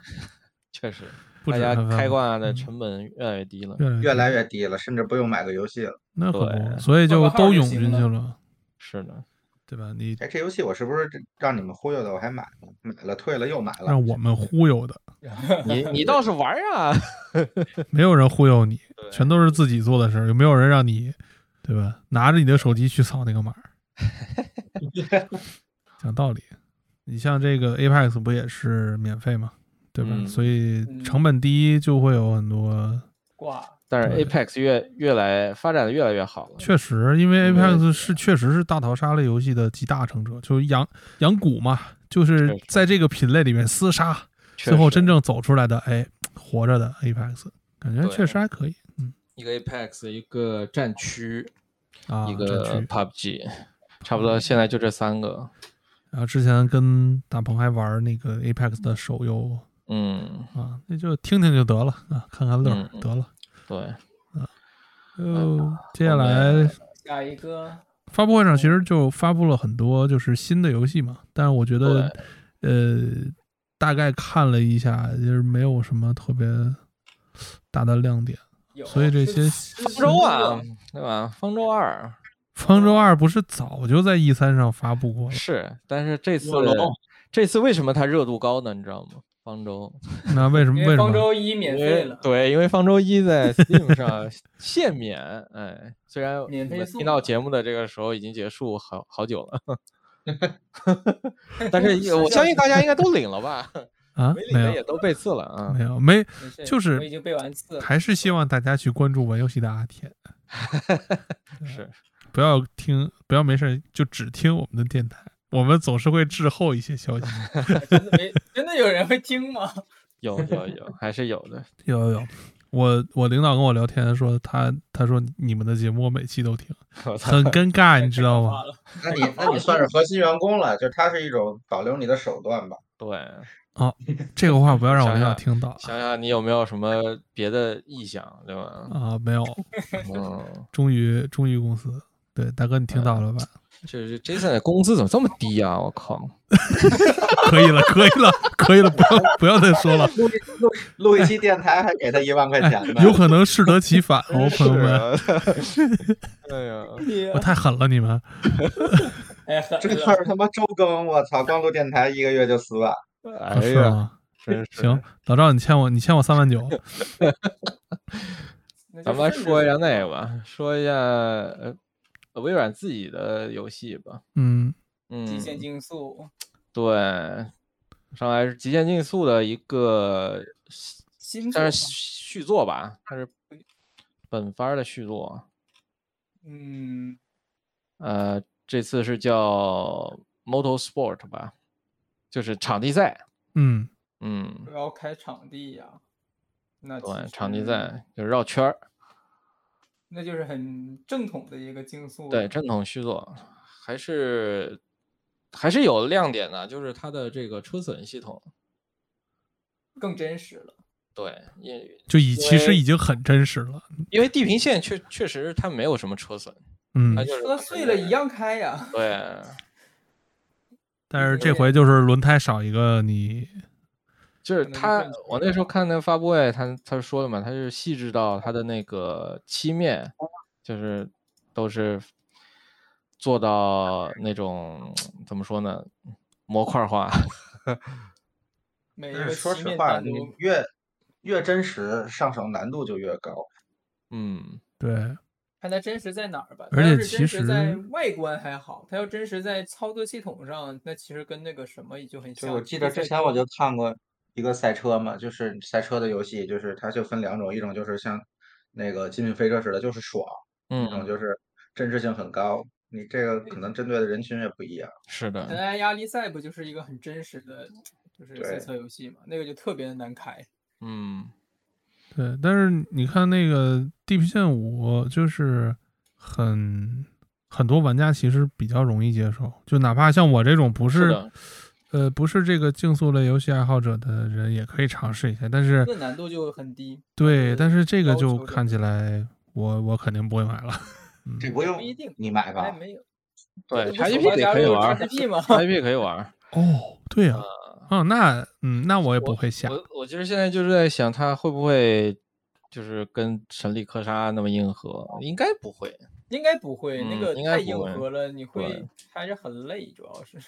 Speaker 3: 确实，
Speaker 2: 不
Speaker 3: 大
Speaker 2: 止
Speaker 3: 家
Speaker 2: 翻番
Speaker 3: 哎
Speaker 2: 吧，
Speaker 3: 开挂的
Speaker 2: 嗯
Speaker 3: 成本越来越低了。
Speaker 2: 越来
Speaker 5: 越来越低了，甚至不用买个游戏了。
Speaker 2: 那可
Speaker 3: 对
Speaker 2: 不，所以就
Speaker 4: 换个号
Speaker 2: 都
Speaker 4: 就
Speaker 2: 涌
Speaker 4: 行
Speaker 2: 进去
Speaker 4: 了
Speaker 2: 了，
Speaker 3: 是的，
Speaker 2: 对吧？你
Speaker 5: 哎，这游戏我是不是让你们忽悠的？我还买了，买了，退了又买了
Speaker 2: 让。我们忽悠的，
Speaker 3: 你你倒是玩儿啊！
Speaker 2: 没有人忽悠你，全都是自己做的事儿，有没有人让你，对吧？拿着你的手机去扫那个码儿？ 讲道理，你像这个 Apex 不也是免费吗？对吧？
Speaker 3: 嗯
Speaker 2: 所以
Speaker 4: 嗯
Speaker 2: 成本低就会有很多。
Speaker 4: 挂，
Speaker 3: 但是
Speaker 2: 对
Speaker 3: Apex 越越来发展的越来越好了。
Speaker 2: 确实，因为
Speaker 3: 嗯对
Speaker 2: Apex 是确实是大逃杀类游戏的集大成者，就是养养蛊嘛，就是
Speaker 3: 确实
Speaker 2: 在这个品类里面厮杀，
Speaker 3: 确
Speaker 2: 最后
Speaker 3: 实
Speaker 2: 真正走出来的，哎，活着的 Apex，感觉
Speaker 3: 对
Speaker 2: 确实还可以
Speaker 3: 一个 Apex，一个战区，
Speaker 2: 啊。
Speaker 3: 一
Speaker 2: 战
Speaker 3: 个
Speaker 2: 区
Speaker 3: PUBG，差不多现在就这三个。
Speaker 2: 然后之前跟大鹏还玩那个 Apex 的手游
Speaker 3: 嗯，
Speaker 2: 啊，那就听听就得了啊，看看乐儿
Speaker 3: 嗯嗯
Speaker 2: 得了。
Speaker 3: 对，
Speaker 2: 就接下
Speaker 3: 后面
Speaker 2: 来
Speaker 4: 下一个
Speaker 2: 发布会上其实就发布了很多就是新的游戏嘛，但是我觉得呃，大概看了一下，就是没有什么特别大的亮点。
Speaker 4: 有，
Speaker 2: 所以这些
Speaker 3: 方舟啊，对吧？方舟二
Speaker 2: 方舟二不是早就在 E 三上发布过了？
Speaker 3: 是，但是这次
Speaker 6: 卧龙
Speaker 3: 这次为什么它热度高呢？你知道吗？方舟，
Speaker 2: 那为什么
Speaker 4: 因
Speaker 2: 为
Speaker 4: 为
Speaker 2: 什
Speaker 4: 方
Speaker 2: 么
Speaker 4: 舟一免
Speaker 3: 因
Speaker 4: 费
Speaker 3: 为
Speaker 4: 了，
Speaker 3: 对，因为方舟一在 Steam 上限免， 哎，虽然
Speaker 4: 免
Speaker 3: 你
Speaker 4: 费
Speaker 3: 们
Speaker 4: 送
Speaker 3: 听到
Speaker 4: 的
Speaker 3: 节目的这个时候已经结束好好久 了，但是也我相信大家应该都领了 吧？
Speaker 2: 啊
Speaker 3: 没？领
Speaker 2: 没
Speaker 3: 的
Speaker 2: 有
Speaker 3: 也都被刺了啊
Speaker 2: 没。有没，
Speaker 4: 没事
Speaker 2: 就是
Speaker 4: 我已经背完字了，
Speaker 2: 还是希望大家去关注玩游戏的阿天，
Speaker 3: 是，
Speaker 2: 不要听，不要没事儿就只听我们的电台，我们总是会滞后一些消息。
Speaker 3: 哎
Speaker 4: 哎真的没真的有人会 听吗？
Speaker 3: 有有有，还是有的。
Speaker 2: 有有有，我我领导跟我聊天说他他说你们的节目我每期都听，
Speaker 3: 我操，
Speaker 2: 很尴尬，哎你知道 吗？
Speaker 5: 那你那你算是核心员工了，就它是一种保留你的手段吧。
Speaker 3: 对，
Speaker 2: 这个话不要让我
Speaker 3: 想
Speaker 2: 领导
Speaker 3: 想
Speaker 2: 听到啊
Speaker 3: 想想你有没有什么别的意向，对吧？
Speaker 2: 啊！没有，
Speaker 3: 嗯，
Speaker 2: 终于终于公司，对大哥你听到了吧？
Speaker 3: 就是 Jason 的工资怎么这么低啊？我靠！
Speaker 2: 可以了，可以了，可以了，不要不要再说了，
Speaker 5: 录录录一期电台还给他一万块钱 呢。
Speaker 2: 哎有可能适得其反哦，朋友们，
Speaker 3: 啊哎呀，
Speaker 2: 我太狠了你们。啊
Speaker 4: 哎，很
Speaker 5: 这事儿他妈周更，我操！光录电台一个月就四万，
Speaker 2: 啊
Speaker 3: 哎
Speaker 2: 是
Speaker 3: 呀，
Speaker 2: 吗？
Speaker 3: 真是。
Speaker 2: 行，老赵，你欠我，你欠我三万 九。
Speaker 4: 那就
Speaker 3: 咱们来
Speaker 4: 顺着
Speaker 3: 说一下
Speaker 4: 说
Speaker 3: 那个吧，说一下呃微软自己的游戏吧。
Speaker 2: 嗯，
Speaker 3: 嗯，
Speaker 4: 极限竞速
Speaker 3: 对，上来是《极限竞速》的一个
Speaker 4: 新作
Speaker 3: 算
Speaker 4: 吧，
Speaker 3: 是续作吧，它是本番儿的续作。
Speaker 4: 嗯，
Speaker 3: 呃，这次是叫 Motorsport 吧，就是场地赛。
Speaker 2: 嗯，
Speaker 3: 嗯，
Speaker 4: 要开场地呀、那
Speaker 3: 对，
Speaker 4: 呃其
Speaker 3: 场地
Speaker 4: 实，
Speaker 3: 赛就是绕圈儿。
Speaker 4: 那就是很正统的一个竞速，
Speaker 3: 对，，正统续作还是还是有亮点的，就是它的这个车损系统。
Speaker 4: 更真实了。
Speaker 3: 对，也
Speaker 2: 就已其实已经很真实了。
Speaker 3: 因为地平线确确实它没有什么车损，
Speaker 2: 嗯
Speaker 3: 它，就是
Speaker 4: 车碎了一。样开呀、
Speaker 3: 对，
Speaker 2: 但是这回就是轮胎少一个你，
Speaker 3: 就是
Speaker 4: 可能就
Speaker 3: 它
Speaker 4: 转起，
Speaker 3: 我
Speaker 4: 来
Speaker 3: 那时候看那个发布会，它它说了嘛，它是细致到它的那个漆面，
Speaker 4: 哦
Speaker 3: 就是都是做到那种怎么说呢，模块化。
Speaker 4: 每一
Speaker 5: 但
Speaker 4: 个
Speaker 5: 是说
Speaker 4: 漆
Speaker 5: 实
Speaker 4: 面
Speaker 5: 话，
Speaker 4: 单
Speaker 5: 你
Speaker 4: 独
Speaker 5: 越越真实，上手难度就越高。
Speaker 3: 嗯，
Speaker 2: 对
Speaker 4: 看它真实在哪儿吧。
Speaker 2: 而
Speaker 4: 它要
Speaker 2: 且
Speaker 4: 是
Speaker 2: 其
Speaker 4: 真实在
Speaker 2: 实
Speaker 4: 外观还好，它要真实在操作系统上，那其实跟那个什么也就很
Speaker 5: 就
Speaker 4: 像。
Speaker 5: 我
Speaker 4: 只
Speaker 5: 记
Speaker 4: 不
Speaker 5: 得
Speaker 4: 过
Speaker 5: 之
Speaker 4: 在
Speaker 5: 前我就看过一个赛车嘛，就是赛车的游戏，就是它就分两种，一种就是像那个《极品飞车》似的，就是爽；一种
Speaker 3: 嗯，
Speaker 5: 就是真实性很高。你这个可能针对的人群也不一样。
Speaker 3: 是
Speaker 4: 尘
Speaker 3: 的，
Speaker 4: 埃压力赛不就是一个很真实的，就是赛
Speaker 5: 对
Speaker 4: 车游戏嘛？那个就特别的难开。
Speaker 3: 嗯，
Speaker 2: 对，但是你看那个《地平线五》，就是很很多玩家其实比较容易接受，就哪怕像我这种不
Speaker 3: 是
Speaker 2: 是
Speaker 3: 的，
Speaker 2: 呃不是这个竞速类游戏爱好者的人，也可以尝试一下。但是
Speaker 4: 这难度就很低。
Speaker 2: 对，但是这个
Speaker 4: 要求
Speaker 2: 就
Speaker 4: 就
Speaker 2: 看起来我我肯定不会买了。嗯，
Speaker 5: 这不用
Speaker 4: 不一定
Speaker 5: 你买
Speaker 4: 还
Speaker 5: 吧？
Speaker 4: 没有，
Speaker 3: 对
Speaker 4: 这不是
Speaker 3: XGP
Speaker 4: 我加
Speaker 3: 可以
Speaker 4: 入
Speaker 3: 玩儿
Speaker 4: XGP 吗？
Speaker 3: IP 可以玩儿。
Speaker 2: 哦， 对啊，哦，那嗯，那我也不会下。
Speaker 3: 呃我我其实现在就是在想，他会不会就是跟《神力科莎》那么硬核？应该不会。
Speaker 4: 应该不会，那
Speaker 3: 嗯
Speaker 4: 个
Speaker 3: 应该
Speaker 4: 太
Speaker 3: 不
Speaker 4: 硬
Speaker 3: 会
Speaker 4: 核了，你会
Speaker 3: 对
Speaker 4: 还是很累，主要是。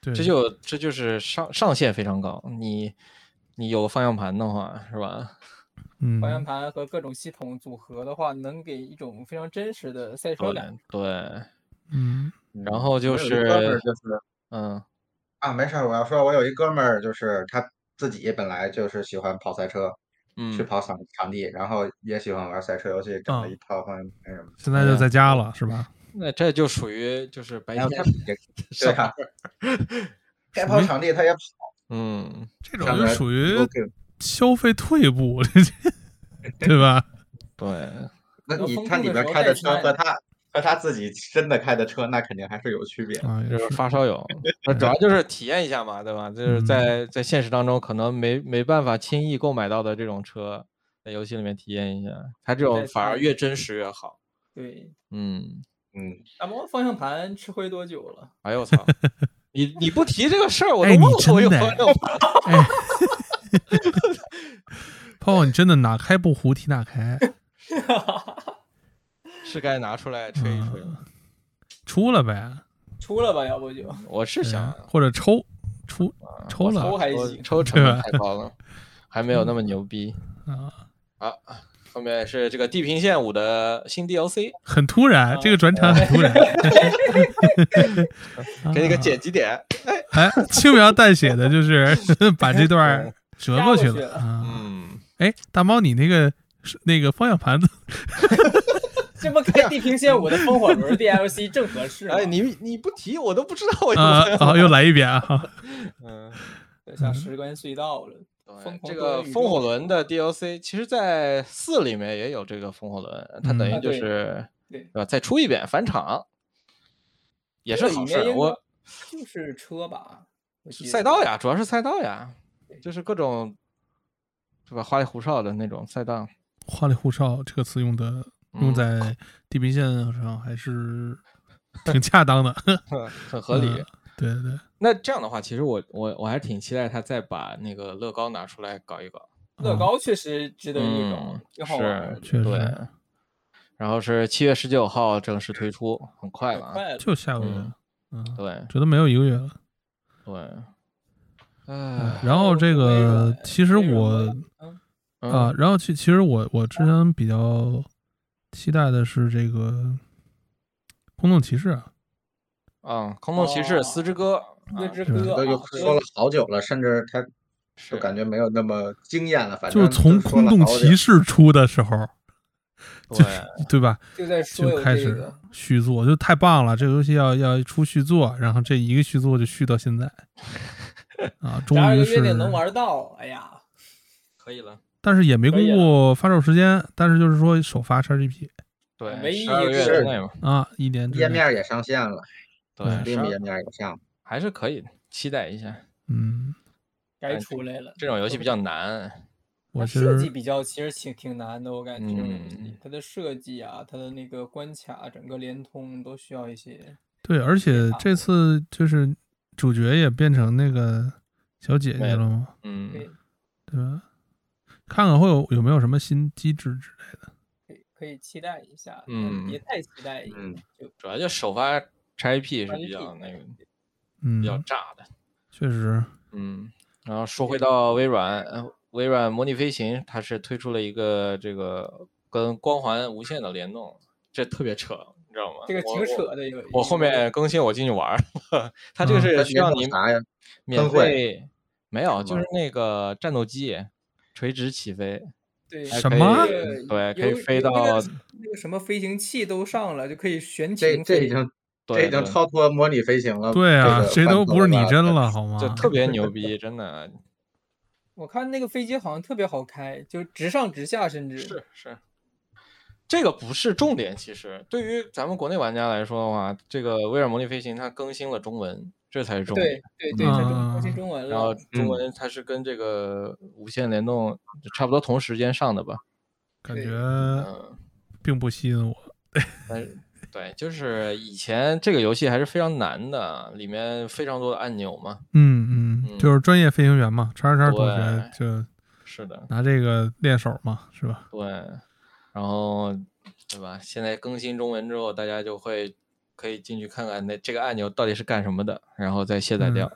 Speaker 2: 对，
Speaker 3: 这就这就是上上限非常高。你你有个方向盘的话，是吧？
Speaker 2: 嗯
Speaker 4: 方向盘和各种系统组合的话，能给一种非常真实的赛车
Speaker 3: 对
Speaker 4: 感。
Speaker 3: 对，
Speaker 2: 嗯
Speaker 3: 然后就
Speaker 5: 我有一哥们儿
Speaker 3: 是
Speaker 5: 就是
Speaker 3: 嗯
Speaker 5: 啊，没事儿，我要说，我有一哥们儿，就是他自己本来就是喜欢跑赛车，去
Speaker 3: 嗯，
Speaker 5: 跑场场地，然后也喜欢玩赛车游戏，整了
Speaker 2: 嗯
Speaker 5: 一套方向盘什么的。
Speaker 2: 现
Speaker 3: 哎
Speaker 2: 在就在家了，是 吧？
Speaker 3: 那这就属于就是白
Speaker 5: 然后
Speaker 3: 天
Speaker 5: 他也 对
Speaker 3: 上班
Speaker 5: 啊，该跑场地他也跑，
Speaker 3: 嗯，
Speaker 2: 这种
Speaker 5: 看
Speaker 2: 就
Speaker 5: 来
Speaker 2: 属于
Speaker 5: OK
Speaker 2: 消费退步，这 这对吧？
Speaker 3: 对，
Speaker 5: 那
Speaker 4: 然后
Speaker 5: 你
Speaker 4: 封
Speaker 5: 他
Speaker 4: 控
Speaker 5: 里
Speaker 4: 的
Speaker 5: 边
Speaker 4: 时候
Speaker 5: 开
Speaker 4: 带
Speaker 5: 的车
Speaker 4: 菜
Speaker 5: 和他和他自己真的开的车，那肯定还是有区别的。
Speaker 2: 啊，也
Speaker 3: 就是
Speaker 2: 是，
Speaker 3: 发烧友，那主要就是体验一下嘛，对吧？就是
Speaker 2: 嗯
Speaker 3: 在在现实当中可能没没办法轻易购买到的这种车，在游戏里面体验一下，它这种
Speaker 4: 在
Speaker 3: 反而
Speaker 4: 参
Speaker 3: 越真实越好。
Speaker 4: 对，
Speaker 3: 嗯，
Speaker 5: 嗯，
Speaker 4: 打磨方向盘吃灰多久了？
Speaker 3: 哎呦 我操！你你不提这个事儿，我都
Speaker 2: 哎你
Speaker 3: 忘了我
Speaker 2: 真
Speaker 3: 有
Speaker 2: 的
Speaker 3: 朋
Speaker 2: 哎
Speaker 3: 友
Speaker 2: 哎， 泡，你真的哪开不胡提哪开，
Speaker 3: 是该拿出来吹一吹
Speaker 2: 嗯
Speaker 3: 了。
Speaker 2: 出了呗，
Speaker 4: 出了吧，要不就
Speaker 3: 我是
Speaker 2: 对
Speaker 3: 想
Speaker 2: 啊或者抽出
Speaker 3: 啊
Speaker 2: 抽
Speaker 3: 我
Speaker 2: 了
Speaker 3: 抽
Speaker 4: 抽还
Speaker 3: 抽
Speaker 4: 行
Speaker 3: 抽成本
Speaker 2: 吧
Speaker 3: 太高了，还没有那么牛逼。
Speaker 2: 啊，
Speaker 3: 啊，后面是这个《地平线五》的新 DLC，
Speaker 2: 很突然，
Speaker 3: 啊
Speaker 2: 这个转场很突然，
Speaker 3: 给你个
Speaker 2: 啊
Speaker 3: 剪辑点。
Speaker 2: 哎，轻描淡写的就是 把这段儿折过去
Speaker 4: 压过去
Speaker 2: 了
Speaker 4: 了
Speaker 2: 啊。
Speaker 3: 嗯，
Speaker 2: 哎，大猫，你那个是那个方向盘子，
Speaker 4: 这不开地平线五的风火轮 DLC 正合适吗？
Speaker 3: 哎，你你不提我都不知道我有
Speaker 2: 啊
Speaker 3: 朋友。，
Speaker 2: 好，又来一遍啊！
Speaker 3: 嗯，
Speaker 4: 这像时光隧道了，疯
Speaker 3: 对，
Speaker 4: 狂
Speaker 3: 这
Speaker 4: 多
Speaker 3: 个
Speaker 4: 元宇
Speaker 3: 风
Speaker 4: 宙
Speaker 3: 火轮的 DLC，其实在四里面也有这个风火轮，它等
Speaker 2: 嗯
Speaker 3: 于
Speaker 4: 啊
Speaker 3: 就
Speaker 4: 对
Speaker 3: 是
Speaker 4: 对
Speaker 3: 吧？再出一遍返场，也是
Speaker 4: 这个
Speaker 3: 好
Speaker 4: 里
Speaker 3: 事
Speaker 4: 面
Speaker 3: 儿。啊
Speaker 4: 应
Speaker 3: 我
Speaker 4: 该就是车吧，我记得
Speaker 3: 赛道呀，主要是赛道呀，就是各种是吧花里胡哨的那种赛道。
Speaker 2: 花里胡哨这个词用的用
Speaker 3: 嗯
Speaker 2: 在地平线上还是挺恰当的，
Speaker 3: 很很 合理。
Speaker 2: 嗯对对对
Speaker 3: 那这样的话，其实我我我还挺期待他再把那个乐高拿出来搞一搞，
Speaker 4: 乐
Speaker 2: 嗯
Speaker 4: 高确实值得一搞
Speaker 3: 嗯，，
Speaker 4: 挺好玩
Speaker 3: 是，
Speaker 4: 儿的，
Speaker 2: 确实
Speaker 3: 对。然后是七月十九号正式推出，很快
Speaker 4: 很
Speaker 3: 了啊。
Speaker 4: 快了。
Speaker 2: 就下个月
Speaker 3: 嗯
Speaker 2: 了，嗯，
Speaker 3: 对
Speaker 2: 觉得没有一个月了。
Speaker 3: 对，哎，
Speaker 2: 然后这
Speaker 4: 微
Speaker 2: 个
Speaker 4: 软
Speaker 2: 其实
Speaker 4: 微软
Speaker 2: 我
Speaker 4: 嗯
Speaker 2: 啊
Speaker 3: 嗯，
Speaker 2: 然后其其实我我之前比较期待的是这个空洞骑士啊，
Speaker 3: 啊，空洞骑士、丝之歌，
Speaker 4: 月
Speaker 3: 啊
Speaker 4: 之
Speaker 2: 对
Speaker 4: 歌啊
Speaker 5: 都就说了好久了，甚至他
Speaker 3: 是
Speaker 5: 就感觉没有那么惊艳了。反
Speaker 2: 就
Speaker 5: 正
Speaker 2: 是从
Speaker 5: 说
Speaker 2: 空
Speaker 5: 了
Speaker 2: 洞
Speaker 5: 好久
Speaker 2: 骑 士出的时候，就
Speaker 3: 对
Speaker 2: 是对吧？
Speaker 4: 就在说
Speaker 2: 就
Speaker 4: 有
Speaker 2: 开
Speaker 4: 这
Speaker 2: 始
Speaker 4: 个，
Speaker 2: 续作，就太棒了！这个游戏要要出续作，然后这一个续作就续到现 在，啊，终
Speaker 4: 十二
Speaker 2: 于
Speaker 4: 个
Speaker 2: 是
Speaker 4: 月，内能玩到，哎呀，
Speaker 3: 可以了。
Speaker 2: 但是也没
Speaker 4: 可
Speaker 2: 公
Speaker 4: 以啊
Speaker 2: 布发售时间，但是就是说首发 XGP
Speaker 3: 对，
Speaker 4: 唯一
Speaker 3: 12
Speaker 4: 一
Speaker 3: 个
Speaker 4: 个
Speaker 3: 月之内嘛，
Speaker 2: 啊，一年之
Speaker 5: 页
Speaker 2: 内
Speaker 5: 面也上线了
Speaker 3: 对
Speaker 2: 嗯，
Speaker 5: ，Steam 页
Speaker 3: 12
Speaker 5: 面也上了。
Speaker 3: 还是可以的，期待一下。
Speaker 2: 嗯，
Speaker 4: 该出来了。
Speaker 3: 这种游戏比较难，
Speaker 2: 我
Speaker 4: 它
Speaker 2: 其
Speaker 4: 设计
Speaker 2: 实
Speaker 4: 比较其实挺挺难的，我感觉这种游戏、
Speaker 3: 嗯
Speaker 4: 它的设计啊，它的那个关卡，整个联通都需要一些。
Speaker 2: 对，而且这次就是主角也变成那个小姐姐
Speaker 3: 对
Speaker 2: 了嘛，
Speaker 3: 嗯
Speaker 4: 对，
Speaker 2: 对吧？看看会有有没有什么新机制之类的。
Speaker 4: 可以可以期待一下，但
Speaker 3: 嗯
Speaker 4: 别太期待。
Speaker 5: 嗯，
Speaker 3: 主要就首发 XGP 是
Speaker 4: 关于
Speaker 3: 比
Speaker 4: 这
Speaker 3: 较
Speaker 4: 个
Speaker 3: 那个比较
Speaker 2: 嗯，
Speaker 3: 炸的，
Speaker 2: 确实，
Speaker 3: 嗯。然后说回到微软，呃微软模拟飞行它是推出了一个这个跟光环无限的联动，这特别扯，你知道吗？
Speaker 4: 这个
Speaker 3: 我
Speaker 4: 挺扯。的一个。
Speaker 3: 我我后面更新我进去玩儿，它这个
Speaker 2: 嗯
Speaker 3: 是
Speaker 5: 它
Speaker 3: 需要
Speaker 5: 联动
Speaker 3: 你
Speaker 5: 啥呀？
Speaker 3: 免
Speaker 5: 灯会
Speaker 3: 费，没有，就
Speaker 5: 吗
Speaker 3: 是那个战斗机垂直起飞，
Speaker 4: 对
Speaker 3: 还
Speaker 2: 什
Speaker 3: 可以
Speaker 2: 么
Speaker 3: 对，可以
Speaker 4: 有
Speaker 3: 飞
Speaker 4: 有
Speaker 3: 到
Speaker 4: 那个那个什么飞行器都上了，就可以悬
Speaker 5: 这
Speaker 4: 停
Speaker 5: 这
Speaker 4: 飞。
Speaker 5: 已经这
Speaker 3: 对
Speaker 5: 已经
Speaker 3: 对
Speaker 5: 超脱模拟飞行了。
Speaker 2: 对啊，
Speaker 5: 这个
Speaker 2: 谁都
Speaker 5: 范畴
Speaker 2: 不是拟
Speaker 5: 了
Speaker 2: 真了，好吗？
Speaker 3: 就特别牛逼，真的。
Speaker 4: 我看那个飞机好像特别好开，就是直上直下，甚至
Speaker 3: 是是，这个不是重点。其实对于咱们国内玩家来说的话，这个威尔魔力飞行它更新了中文，这才是重点
Speaker 4: 对。对对，它中更
Speaker 2: 嗯
Speaker 4: 新中文
Speaker 3: 然后
Speaker 4: 了，
Speaker 5: 嗯
Speaker 3: 中文它是跟这个无线联动差不多同时间上的吧？
Speaker 2: 感
Speaker 4: 对
Speaker 2: 觉
Speaker 3: 嗯，
Speaker 2: 并不吸引我。
Speaker 3: 但是对，就是以前这个游戏还是非常难的，里面非常多的按钮嘛。
Speaker 2: 嗯嗯，
Speaker 3: 嗯
Speaker 2: 就是专业飞行员嘛，叉叉叉同学
Speaker 3: 对
Speaker 2: 就是
Speaker 3: 的，
Speaker 2: 拿这个练手嘛，是吧？
Speaker 3: 对，然后对吧？现在更新中文之后，大家就会可以进去看看那这个按钮到底是干什么的，然后再卸载掉，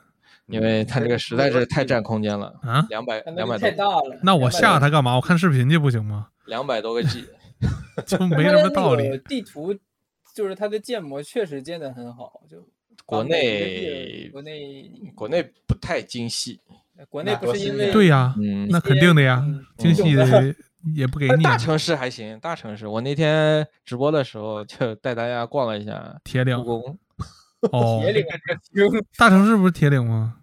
Speaker 3: 因为它这个实在是太占空间了，
Speaker 2: 啊，
Speaker 3: 两百
Speaker 4: 它那
Speaker 3: 两
Speaker 4: 个
Speaker 3: 百
Speaker 4: 太
Speaker 3: 多
Speaker 4: 大了。
Speaker 2: 那我
Speaker 4: 200
Speaker 2: 下它干嘛？我看视频去不行吗？
Speaker 3: 两百多个 G，
Speaker 2: 就 没什么道
Speaker 4: 它那
Speaker 2: 理。
Speaker 4: 个 地图就是它的建模确实建得很好，就
Speaker 3: 国
Speaker 4: 把
Speaker 3: 内
Speaker 4: 每一个地儿国内
Speaker 3: 国内不太精细，
Speaker 4: 哎国内不是因为
Speaker 5: 那
Speaker 2: 对呀，
Speaker 3: 嗯，
Speaker 2: 那肯定的呀
Speaker 4: 嗯，
Speaker 2: 精细的也不给你啊。
Speaker 3: 大城市还行，大城市我那天直播的时候就带大家逛了一下
Speaker 2: 铁岭
Speaker 3: 故宫，
Speaker 2: 哦
Speaker 4: 铁，岭
Speaker 2: 大城市不是铁岭吗？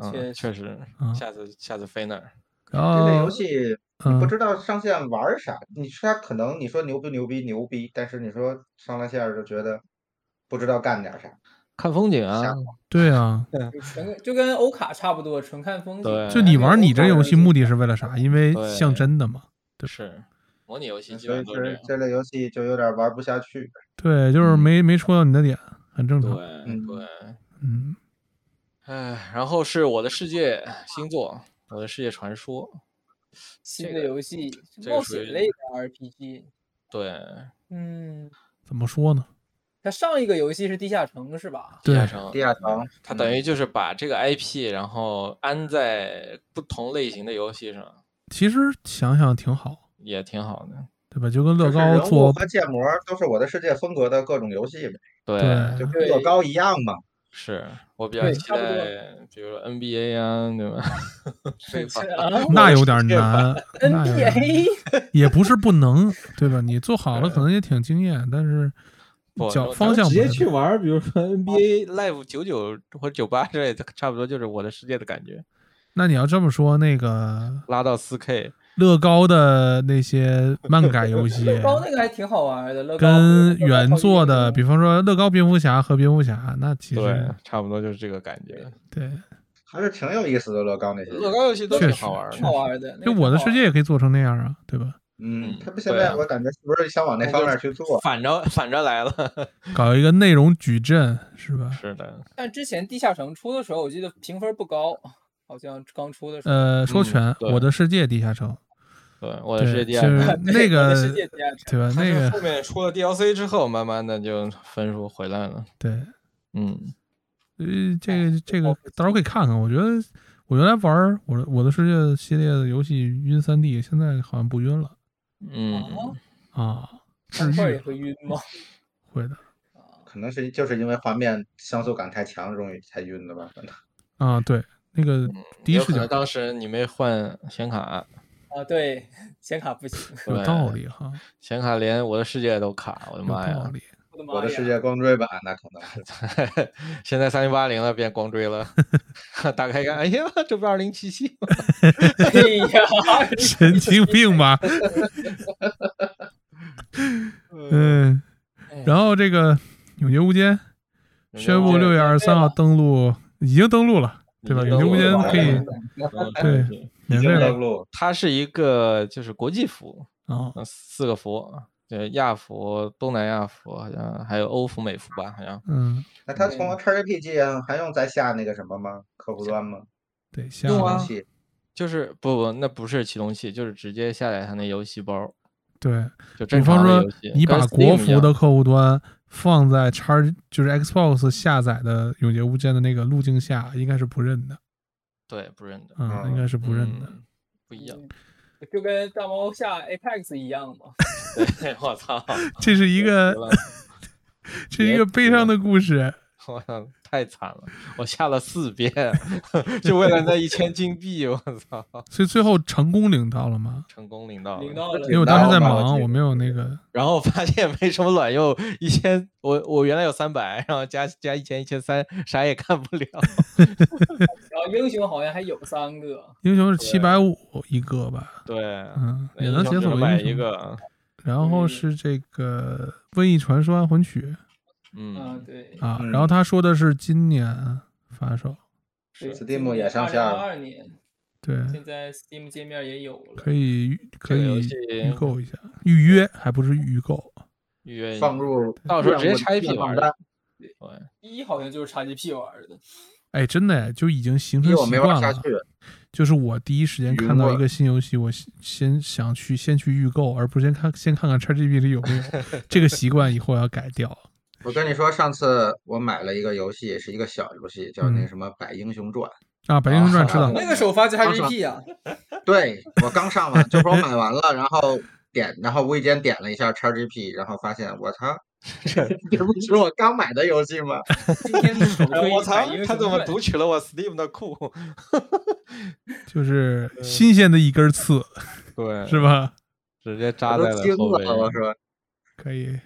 Speaker 3: 嗯，
Speaker 4: 确
Speaker 3: 确实
Speaker 2: 啊，
Speaker 3: 下次下次飞那儿，
Speaker 2: 然
Speaker 5: 这类
Speaker 2: 后
Speaker 5: 游戏
Speaker 2: 嗯
Speaker 5: 不知道上线玩儿啥，你说他可能你说牛不牛逼牛逼，但是你说上了线儿就觉得不知道干点儿啥。
Speaker 3: 看风景啊
Speaker 5: 想，
Speaker 2: 对啊，
Speaker 4: 就纯就跟欧卡差不多，纯看风景。啊
Speaker 3: 对
Speaker 2: 就你玩你这游戏目
Speaker 4: 的
Speaker 2: 的是为了啥？因为
Speaker 3: 对
Speaker 2: 像真的嘛。对
Speaker 3: 是模拟游戏基
Speaker 5: 所
Speaker 3: 本
Speaker 5: 以
Speaker 3: 上都是这
Speaker 5: 这
Speaker 3: 样。啊
Speaker 5: 这类游戏就有点玩不下去。
Speaker 2: 对，就是没没戳到你的点，很正
Speaker 3: 对
Speaker 2: 常。
Speaker 5: 嗯
Speaker 3: 对，
Speaker 2: 嗯，
Speaker 3: 哎，然后是我的世界星座，我的世界传说，
Speaker 4: 新
Speaker 3: 这
Speaker 4: 的
Speaker 3: 个
Speaker 4: 游戏
Speaker 3: 这个
Speaker 4: 冒
Speaker 3: 属于
Speaker 4: 险类的 RPG，
Speaker 3: 对，
Speaker 4: 嗯，
Speaker 2: 怎么说呢？
Speaker 4: 它上一个游戏是地下城 是吧？
Speaker 3: 地下
Speaker 2: 对，
Speaker 3: 城
Speaker 5: 地，下城，
Speaker 3: 它等
Speaker 5: 于
Speaker 3: 于就是把这个 IP，然后安在不同类型的游戏上，
Speaker 2: 其实想想挺好，
Speaker 3: 也挺好的。
Speaker 2: 对吧？就跟乐
Speaker 5: 人
Speaker 2: 高
Speaker 5: 物
Speaker 2: 做
Speaker 5: 和建模都是我的世界风格的各种游戏呗，
Speaker 3: 对，
Speaker 5: 就
Speaker 2: 对
Speaker 5: 跟乐高一样嘛。
Speaker 3: 是我比较
Speaker 4: 对
Speaker 3: 期
Speaker 4: 差不多
Speaker 3: 待，比如说 NBA 啊，对吧？非法
Speaker 4: 啊
Speaker 2: 那有点难， 那有点难
Speaker 4: NBA
Speaker 2: 也不是不能，对吧？你做好了
Speaker 3: 对
Speaker 2: 可能也挺惊艳，但是
Speaker 3: 不
Speaker 2: 脚
Speaker 3: 咱
Speaker 2: 方向不
Speaker 3: 直
Speaker 2: 太
Speaker 3: 接去
Speaker 2: 对。
Speaker 3: 玩儿，比如说 NBA Live 九九或者九八之类的，差不多就是我的世界的感觉，
Speaker 2: 那你要这么说，那个
Speaker 3: 拉到四 K，
Speaker 2: 乐高的那些漫改游戏
Speaker 4: 乐高那个还挺好玩的，乐高
Speaker 2: 跟原作的，比
Speaker 4: 比
Speaker 2: 方说乐高蝙蝠侠和蝙蝠侠，那其
Speaker 3: 对
Speaker 2: 实，
Speaker 3: 差不多就是这个感觉。
Speaker 2: 对，
Speaker 5: 还是挺有意思的乐高那些，
Speaker 3: 乐高游戏都
Speaker 2: 确
Speaker 3: 挺
Speaker 2: 实
Speaker 3: 好玩儿
Speaker 2: 确
Speaker 4: 好
Speaker 3: 的，
Speaker 4: 玩的。那
Speaker 2: 就
Speaker 4: 个
Speaker 2: 我的
Speaker 4: 挺好
Speaker 2: 世界也可以做成那样啊，对吧？
Speaker 5: 嗯，他不现
Speaker 3: 对
Speaker 5: 在
Speaker 3: 啊
Speaker 5: 我感觉是不是想往那
Speaker 3: 那
Speaker 5: 方
Speaker 3: 就
Speaker 5: 面去做？
Speaker 3: 反着反着来了，
Speaker 2: 搞一个内容矩阵是吧？
Speaker 3: 是的，
Speaker 4: 玩但之前地下城出的时候，我记得评分不高，好像刚出的时候。
Speaker 2: 呃，说
Speaker 3: 嗯
Speaker 2: 全《
Speaker 3: 对
Speaker 2: 我的世界》地下城，
Speaker 3: 对，我的
Speaker 2: 对，
Speaker 3: 世界第
Speaker 2: 就是
Speaker 3: 二 名。
Speaker 2: 呃那
Speaker 4: 我
Speaker 2: 个
Speaker 4: 的世界地下城
Speaker 2: 对吧？
Speaker 3: 它
Speaker 2: 那
Speaker 3: 是
Speaker 2: 个
Speaker 3: 后面出了 DLC 之后，慢慢的就分数回来了。
Speaker 2: 对，
Speaker 3: 嗯，
Speaker 2: 呃，
Speaker 3: 哎
Speaker 2: 这个这
Speaker 4: 包
Speaker 3: 哦
Speaker 2: 个
Speaker 4: 括
Speaker 2: 到时候可以看看。我觉得我原来玩儿我的《我的世界》系列的游戏晕三 D，现在好像不晕了
Speaker 3: 嗯，
Speaker 2: 啊，治
Speaker 4: 漫画
Speaker 2: 愈
Speaker 4: 哦也
Speaker 2: 了
Speaker 4: 会晕吗？
Speaker 2: 会的
Speaker 4: 啊
Speaker 5: 可能是就是因为画面像素感太强，容易才晕的吧？可能
Speaker 2: 啊，对，那个
Speaker 3: 嗯
Speaker 2: 第一
Speaker 3: 有
Speaker 2: 视
Speaker 3: 可能
Speaker 2: 角
Speaker 3: 当时你没换显卡，
Speaker 4: 啊，对，显卡不行，
Speaker 2: 有
Speaker 3: 对
Speaker 2: 道理哈，
Speaker 3: 显卡连我的世界都卡，我的
Speaker 2: 有
Speaker 3: 妈
Speaker 2: 道
Speaker 3: 呀！
Speaker 2: 理。
Speaker 4: 我的
Speaker 5: 我
Speaker 4: 妈
Speaker 5: 的世
Speaker 4: 呀！
Speaker 5: 界光追版那可能是
Speaker 3: 现在三零八零了，变光追了，打开一看，哎呀，这不二零七七吗？
Speaker 4: 哎呀，
Speaker 2: 神经病 吧？ 嗯，
Speaker 4: 哎
Speaker 2: 然后这个《永劫无间》宣布六月二十三号登陆，已经登陆了，对吧？《
Speaker 3: 已
Speaker 2: 永
Speaker 3: 经
Speaker 2: 劫无间
Speaker 5: 登陆》了
Speaker 2: 可以对
Speaker 3: 对，
Speaker 5: 已
Speaker 2: 免费
Speaker 5: 经
Speaker 2: 了
Speaker 5: 登录，
Speaker 3: 它是一个就是国际服，
Speaker 2: 啊
Speaker 3: 呃，四个服，对，亚服、东南亚服，好像还有欧服、美服吧，好像
Speaker 2: 嗯，
Speaker 5: 那他从 ChatGPT 上啊还用再下那个什么吗？客户端吗？
Speaker 2: 对，下
Speaker 3: 用
Speaker 5: 东
Speaker 3: 啊
Speaker 5: 西
Speaker 3: 就是不不，那不是启动器，就是直接下载它那游戏包，
Speaker 2: 对，
Speaker 3: 就
Speaker 2: 比
Speaker 3: 正
Speaker 2: 方
Speaker 3: 常的
Speaker 2: 说
Speaker 3: 游戏。
Speaker 2: 你
Speaker 3: 跟
Speaker 2: 把
Speaker 3: Steam
Speaker 2: 国
Speaker 3: 一
Speaker 2: 服
Speaker 3: 样
Speaker 2: 的客户端放在叉，就是 Xbox 下载的《永劫无间》的那个路径下，应该是不认的，
Speaker 3: 对不认的，
Speaker 2: 嗯，应该是不认的。
Speaker 3: 嗯，不一样。
Speaker 4: 就跟大猫下 Apex 一样嘛。
Speaker 2: 嗯
Speaker 3: 对，我操，
Speaker 2: 这是一个，
Speaker 3: 绝了
Speaker 2: 这是一个悲伤的故事，
Speaker 3: 我操，太惨了！我下了四遍， 就为了那一千金币，我操！
Speaker 2: 所以最后成功领到了吗？
Speaker 3: 成功领到了，
Speaker 4: 领到了
Speaker 2: 因为我当时在
Speaker 5: 领到
Speaker 2: 忙，
Speaker 5: 了
Speaker 2: 我没有那个。
Speaker 3: 然后发现没什么卵用，一千，我我原来有三百，然后加加一千，一千三，啥也干不了。
Speaker 4: 然后英雄好像还有三个，
Speaker 2: 英雄是七百五一个吧？
Speaker 3: 对，
Speaker 2: 嗯，
Speaker 3: 那
Speaker 2: 也
Speaker 3: 英
Speaker 2: 能
Speaker 3: 雄
Speaker 2: 解
Speaker 3: 只
Speaker 2: 锁
Speaker 3: 买
Speaker 2: 英
Speaker 3: 一
Speaker 2: 雄。
Speaker 3: 个，嗯
Speaker 2: 然后是这个《瘟疫传说：安魂曲
Speaker 4: 嗯
Speaker 3: 嗯，
Speaker 4: 对》
Speaker 2: 啊，
Speaker 5: 嗯
Speaker 2: 然后他说的是今年发售，
Speaker 4: 对
Speaker 5: Steam 也上线了
Speaker 4: 二年，
Speaker 2: 对，
Speaker 4: 现在 Steam 界面也有了，
Speaker 2: 可以预可
Speaker 3: 这个游
Speaker 2: 以
Speaker 3: 戏
Speaker 2: 预购一下，预约还不是预购，
Speaker 3: 预约一
Speaker 5: 放
Speaker 3: 下。
Speaker 5: 入
Speaker 3: 到时候直接拆一
Speaker 5: 愿
Speaker 3: 批玩
Speaker 5: 望榜单
Speaker 3: 儿。对，
Speaker 4: 第一好像就是 XGP 玩的，
Speaker 2: 哎，真的哎，就已经形
Speaker 5: 因
Speaker 2: 成
Speaker 5: 为我
Speaker 2: 习
Speaker 5: 没玩
Speaker 2: 惯
Speaker 5: 下
Speaker 2: 了
Speaker 5: 去。，
Speaker 2: 就是我第一时间看到一个新游戏，我先先想去先去预购，而不是先看先看看 XGP 里有没有这个习惯，以后要改掉。
Speaker 5: 我跟你说，上次我买了一个游戏，是一个小游戏，叫那
Speaker 2: 嗯
Speaker 5: 什么《百英雄传
Speaker 2: 啊，《白英雄传》知道，
Speaker 4: 那个首发 XGP 啊，》
Speaker 5: 对我刚上完，就说我买完了，然后点，然后无意间点了一下 XGP，然后发现我操， 这不是我刚买的游戏吗？
Speaker 4: 今天的首推
Speaker 3: 哎我操
Speaker 4: 版英，雄
Speaker 3: 他怎么
Speaker 4: 传
Speaker 3: 读取了我 Steam 的库？
Speaker 2: 就是新鲜的一根刺，
Speaker 3: 对，
Speaker 2: 是吧？
Speaker 3: 直接
Speaker 5: 我
Speaker 3: 扎在
Speaker 5: 都惊
Speaker 3: 了后背
Speaker 5: 了，。我说
Speaker 2: 可以，
Speaker 4: 《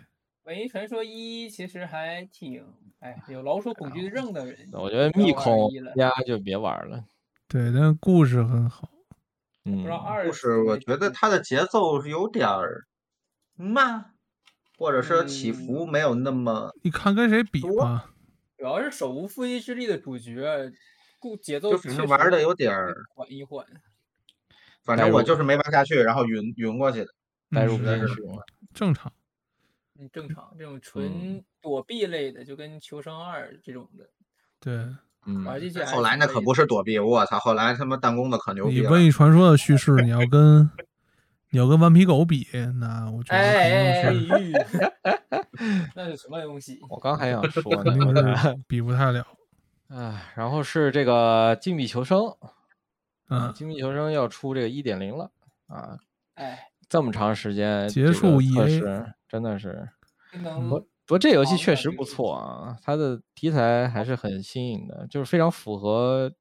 Speaker 4: 文艺传说一》其实还挺，哎，有老鼠恐惧症的人，
Speaker 3: 我觉得
Speaker 4: 不要
Speaker 3: 密
Speaker 4: 玩
Speaker 3: 孔
Speaker 4: 一了
Speaker 3: 压就别玩了。
Speaker 2: 对，但是故事很好，
Speaker 4: 不
Speaker 3: 嗯
Speaker 4: 知，道二
Speaker 5: 故
Speaker 4: 是
Speaker 5: 事，
Speaker 4: 怎
Speaker 5: 我
Speaker 4: 么
Speaker 5: 觉得
Speaker 4: 定
Speaker 5: 它的节奏是有点儿慢，或者说起
Speaker 4: 嗯
Speaker 5: 伏没有那么
Speaker 2: 你看跟谁比吧？
Speaker 4: 主要是手无缚鸡之力的主角，故节奏
Speaker 5: 就反
Speaker 4: 确
Speaker 5: 正
Speaker 4: 实
Speaker 5: 玩的有点儿，
Speaker 4: 缓一缓。
Speaker 5: 反
Speaker 3: 代
Speaker 5: 正我
Speaker 3: 入
Speaker 5: 就是没玩下去，然后晕晕过去的。
Speaker 3: 代入
Speaker 2: 嗯
Speaker 3: 不
Speaker 5: 实在
Speaker 3: 进
Speaker 5: 是
Speaker 3: 去。
Speaker 2: 正常。
Speaker 4: 嗯，正常， 这种纯躲避类的，就跟《求生二》这种的
Speaker 2: 对，
Speaker 3: 嗯，
Speaker 4: 玩进去还
Speaker 5: 后来那可不
Speaker 4: 是
Speaker 5: 是躲避，我操！后来他妈弹弓子可牛
Speaker 2: 以
Speaker 5: 逼啊
Speaker 2: 《
Speaker 5: 了。
Speaker 2: 瘟疫传说》的叙事，你要跟你要跟《顽皮狗》比，那我觉
Speaker 4: 可以。哎哎
Speaker 2: 得
Speaker 4: 哎
Speaker 2: 肯定是，
Speaker 4: 哎 那是什么东西？
Speaker 3: 我刚还想说呢
Speaker 2: 肯，定
Speaker 3: 我咋
Speaker 2: 是比不太了。
Speaker 3: 哎，然后是这个禁闭求生，
Speaker 2: 嗯，
Speaker 3: 禁闭求生要出这个一点零了啊！
Speaker 4: 哎，
Speaker 3: 这么长时间
Speaker 2: 结
Speaker 3: 这个
Speaker 2: 束
Speaker 3: 测
Speaker 2: EA
Speaker 3: 试，真的是。
Speaker 4: 这能
Speaker 3: 不过这游戏
Speaker 4: 好
Speaker 3: 确
Speaker 4: 感
Speaker 3: 实
Speaker 4: 觉
Speaker 3: 不
Speaker 4: 就是
Speaker 3: 错啊，它的题材还是很新颖的，就是非常符合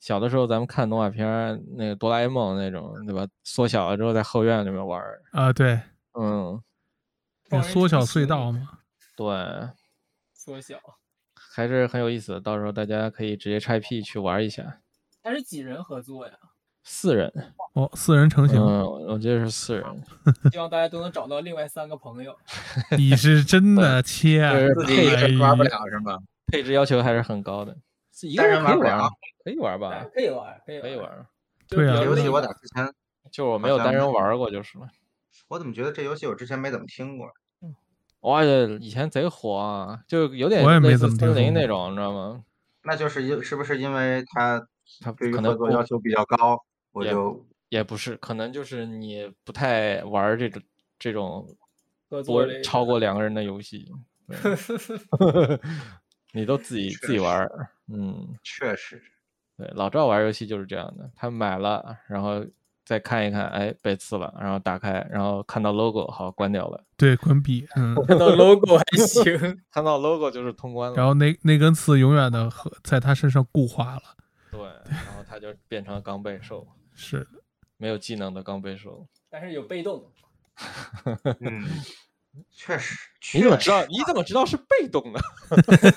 Speaker 3: 小的时候咱们看动画片儿，那个哆啦 A 梦那种，对吧？缩小了之后在后院里面玩儿，
Speaker 2: 啊，对，
Speaker 3: 嗯，
Speaker 2: 那
Speaker 4: 放人
Speaker 2: 缩
Speaker 4: 成
Speaker 2: 小隧
Speaker 4: 型
Speaker 2: 道嘛，
Speaker 3: 对，
Speaker 4: 缩小，
Speaker 3: 还是很有意思的。到时候大家可以直接拆 P 去玩一下，
Speaker 4: 它是几人合作 呀？
Speaker 3: 四人，
Speaker 2: 哦，四人成型，
Speaker 3: 嗯，我觉得是四人，
Speaker 4: 希望大家都能找到另外三个朋友。
Speaker 2: 你是真的切啊，
Speaker 3: 就是
Speaker 5: 自己一个
Speaker 2: 哎
Speaker 5: 人玩不
Speaker 2: 呀
Speaker 5: 了是吗？
Speaker 3: 配置要求还是很高的，是一个
Speaker 5: 单
Speaker 3: 人
Speaker 5: 人
Speaker 3: 可以
Speaker 5: 玩不
Speaker 3: 玩
Speaker 5: 了
Speaker 3: 儿，可以玩儿吧
Speaker 5: 啊
Speaker 4: 哎，可以玩，可以
Speaker 3: 可以玩
Speaker 4: 玩。
Speaker 3: 儿，
Speaker 4: 就
Speaker 2: 对
Speaker 4: 是比
Speaker 2: 啊
Speaker 5: 这
Speaker 4: 较
Speaker 3: 哎
Speaker 5: 游戏
Speaker 4: 内
Speaker 5: 我
Speaker 4: 敛
Speaker 5: 咋之前，
Speaker 3: 就是我没
Speaker 5: 好
Speaker 3: 有单
Speaker 5: 像
Speaker 3: 人玩儿过就是了。
Speaker 5: 我怎么觉得这游戏我之前没怎么听过？
Speaker 3: 哇，以前贼火啊，就有点
Speaker 2: 我也没
Speaker 3: 类似
Speaker 2: 怎么听
Speaker 3: 森林
Speaker 2: 说
Speaker 3: 那
Speaker 2: 过
Speaker 3: 种，你知道吗？
Speaker 5: 那就是因是不是因为它
Speaker 3: 它
Speaker 5: 对于
Speaker 3: 可
Speaker 5: 合
Speaker 3: 能
Speaker 5: 作
Speaker 3: 不
Speaker 5: 要求比较高，我
Speaker 3: 也
Speaker 5: 就
Speaker 3: 也不是，可能就是你不太玩儿这种这种
Speaker 4: 合作
Speaker 3: 多
Speaker 4: 类的
Speaker 3: 超过两个人的游戏， 对 你都自己自己
Speaker 5: 确
Speaker 3: 玩儿。嗯，
Speaker 5: 确实
Speaker 3: 对，老赵玩儿游戏就是这样的，他买了，然后再看一看，哎，被刺了，然后打开，然后看到 logo，好，关掉了，
Speaker 2: 对，滚笔， 嗯，
Speaker 4: 看到 logo 还行。
Speaker 3: 看到 logo 就是通关
Speaker 2: 然
Speaker 3: 了。
Speaker 2: 后那那根刺永远的和在他身上固化了，
Speaker 3: 对，然后他就变成了钢背兽，
Speaker 2: 是 的，
Speaker 3: 没有技能的钢背兽。
Speaker 4: 但是有被动，
Speaker 5: 嗯，确实。
Speaker 3: 你怎么
Speaker 5: 确
Speaker 3: 知道
Speaker 5: 实？？
Speaker 3: 你怎么知道是被动的？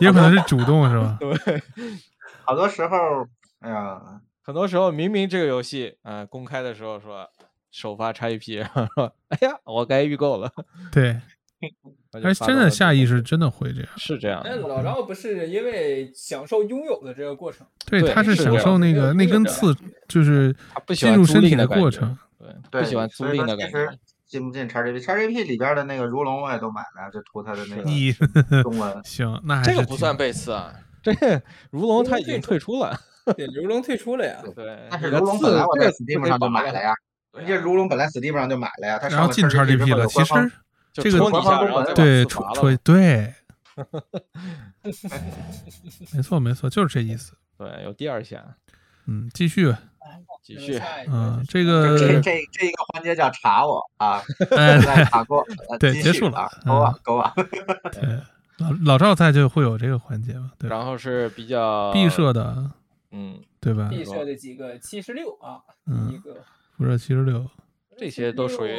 Speaker 2: 也可能是主动是吧？
Speaker 5: 好多时候，哎呀，
Speaker 3: 很多时候明明这个游戏，呃，公开的时候说首发 XGP，然后说，哎呀，我该预购了。
Speaker 2: 对，
Speaker 3: 那就
Speaker 2: 而
Speaker 3: 发
Speaker 2: 真
Speaker 3: 到
Speaker 2: 的
Speaker 3: 了
Speaker 2: 下
Speaker 3: 这
Speaker 2: 意
Speaker 3: 个
Speaker 2: 识真的会这样，
Speaker 3: 是这样
Speaker 4: 但
Speaker 3: 的，
Speaker 4: 老赵不是因为享受拥有的这个过程，
Speaker 2: 对，
Speaker 3: 对
Speaker 2: 他是
Speaker 3: 是
Speaker 2: 享
Speaker 3: 这
Speaker 2: 受
Speaker 4: 样
Speaker 2: 那
Speaker 4: 没
Speaker 2: 个
Speaker 4: 有
Speaker 2: 那
Speaker 4: 那
Speaker 2: 根
Speaker 4: 种
Speaker 2: 刺就是
Speaker 3: 他不喜
Speaker 2: 进
Speaker 3: 欢
Speaker 2: 入
Speaker 3: 租
Speaker 2: 身体
Speaker 3: 赁
Speaker 2: 的
Speaker 3: 感
Speaker 2: 过
Speaker 3: 觉
Speaker 2: 程，，
Speaker 3: 对，
Speaker 5: 对，
Speaker 3: 不喜欢租
Speaker 5: 所以
Speaker 3: 赁
Speaker 5: 说
Speaker 3: 的
Speaker 5: 其
Speaker 3: 感
Speaker 5: 实
Speaker 3: 觉。
Speaker 5: 进不进 XGP？XGP 里边的那个如龙我也都买了，就图它的那
Speaker 3: 是
Speaker 5: 个
Speaker 2: 你
Speaker 5: 中文。
Speaker 2: 行，那还
Speaker 3: 这
Speaker 2: 是
Speaker 3: 个不
Speaker 2: 挺
Speaker 3: 算背刺 啊，这如
Speaker 4: 如
Speaker 3: 龙他
Speaker 4: 龙
Speaker 3: 已
Speaker 4: 退
Speaker 3: 经
Speaker 4: 出
Speaker 3: 退出了。
Speaker 4: 对，刘龙退出了呀。
Speaker 3: 对，
Speaker 5: 但
Speaker 3: 你
Speaker 5: 是
Speaker 3: 的
Speaker 5: 如龙
Speaker 3: 刺
Speaker 5: 本来我
Speaker 3: 这
Speaker 5: 在
Speaker 3: 个不
Speaker 5: Steam
Speaker 3: 可以
Speaker 5: 上就
Speaker 3: 绑
Speaker 5: 买了
Speaker 3: 的，
Speaker 5: 呀，
Speaker 3: 对
Speaker 5: 人家
Speaker 3: 啊
Speaker 5: 如龙本来 Steam 上就买了呀，它
Speaker 2: 然
Speaker 5: 上
Speaker 2: 后
Speaker 5: 了
Speaker 2: 进
Speaker 5: XGP
Speaker 2: XGP
Speaker 5: 之后
Speaker 2: 了，
Speaker 5: 有
Speaker 2: 其
Speaker 5: 官
Speaker 2: 实
Speaker 5: 方
Speaker 3: 就
Speaker 2: 这个
Speaker 3: 戳你一
Speaker 5: 官
Speaker 3: 下，
Speaker 5: 方
Speaker 3: 然后再
Speaker 5: 都管
Speaker 3: 把
Speaker 2: 对
Speaker 3: 刺
Speaker 2: 戳
Speaker 3: 拔
Speaker 2: 戳
Speaker 3: 了。
Speaker 2: 对，没错没错，就是这意思。
Speaker 3: 对，有第二下，
Speaker 2: 嗯，继续，
Speaker 3: 继续。
Speaker 2: 嗯，这
Speaker 5: 这这
Speaker 2: 个
Speaker 5: 这这一个环节叫查我啊，
Speaker 2: 哎，
Speaker 5: 在查过，呃
Speaker 2: 对
Speaker 5: 继
Speaker 2: 结
Speaker 5: 续
Speaker 2: 束了
Speaker 5: 啊，go
Speaker 2: 嗯
Speaker 5: on go on。
Speaker 2: 对，老老赵在就会有这个环节嘛，对吧？
Speaker 3: 然后是比较
Speaker 2: 毕设的，
Speaker 3: 嗯，
Speaker 2: 对吧？
Speaker 4: 地设的几个七十六啊，
Speaker 2: 嗯
Speaker 4: 一个
Speaker 2: 辐射七十六，
Speaker 3: 这些都属于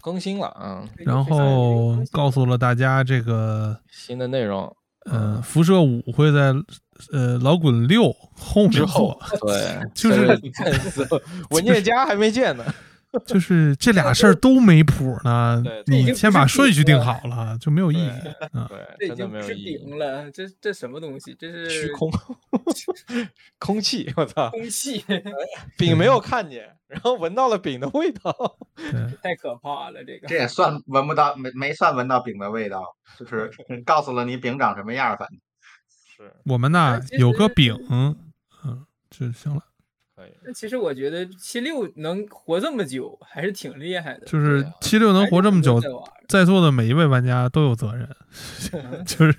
Speaker 3: 更新了啊，嗯
Speaker 2: 然后告诉了大家这个，
Speaker 3: 新的内容。嗯
Speaker 2: 呃，辐射五会在呃老滚六后面
Speaker 3: 之后
Speaker 2: 做，
Speaker 3: 对，
Speaker 2: 就是
Speaker 3: 这个看似文件夹还没见呢，
Speaker 2: 就是这俩事儿都没谱呢
Speaker 3: 对，对
Speaker 2: 你先把顺序定好了就没有意义
Speaker 3: 对
Speaker 2: 啊。
Speaker 4: 这
Speaker 3: 对，
Speaker 4: 已
Speaker 3: 真的没
Speaker 4: 经不
Speaker 3: 有
Speaker 4: 是
Speaker 3: 意义。
Speaker 4: 饼了，这这什么东西？这是
Speaker 3: 虚 空，空气，我操，
Speaker 4: 空气，
Speaker 3: 饼没有看见，然后闻到了饼的味道。
Speaker 2: 对，
Speaker 4: 太可怕了，这个
Speaker 5: 这也算闻不到，没没算闻到饼的味道，就是 告诉了你饼长什么样儿，反正
Speaker 3: 是，
Speaker 2: 我们呢
Speaker 4: 但其实
Speaker 2: 有个饼，嗯，就行了，
Speaker 3: 可以。
Speaker 4: 那其实我觉得七六能活这么久，还是挺厉害的。啊
Speaker 2: 就是七六能活这么久
Speaker 4: 还是，有人在玩儿
Speaker 2: 在座的每一位玩家都有责任，
Speaker 4: 啊
Speaker 2: 就是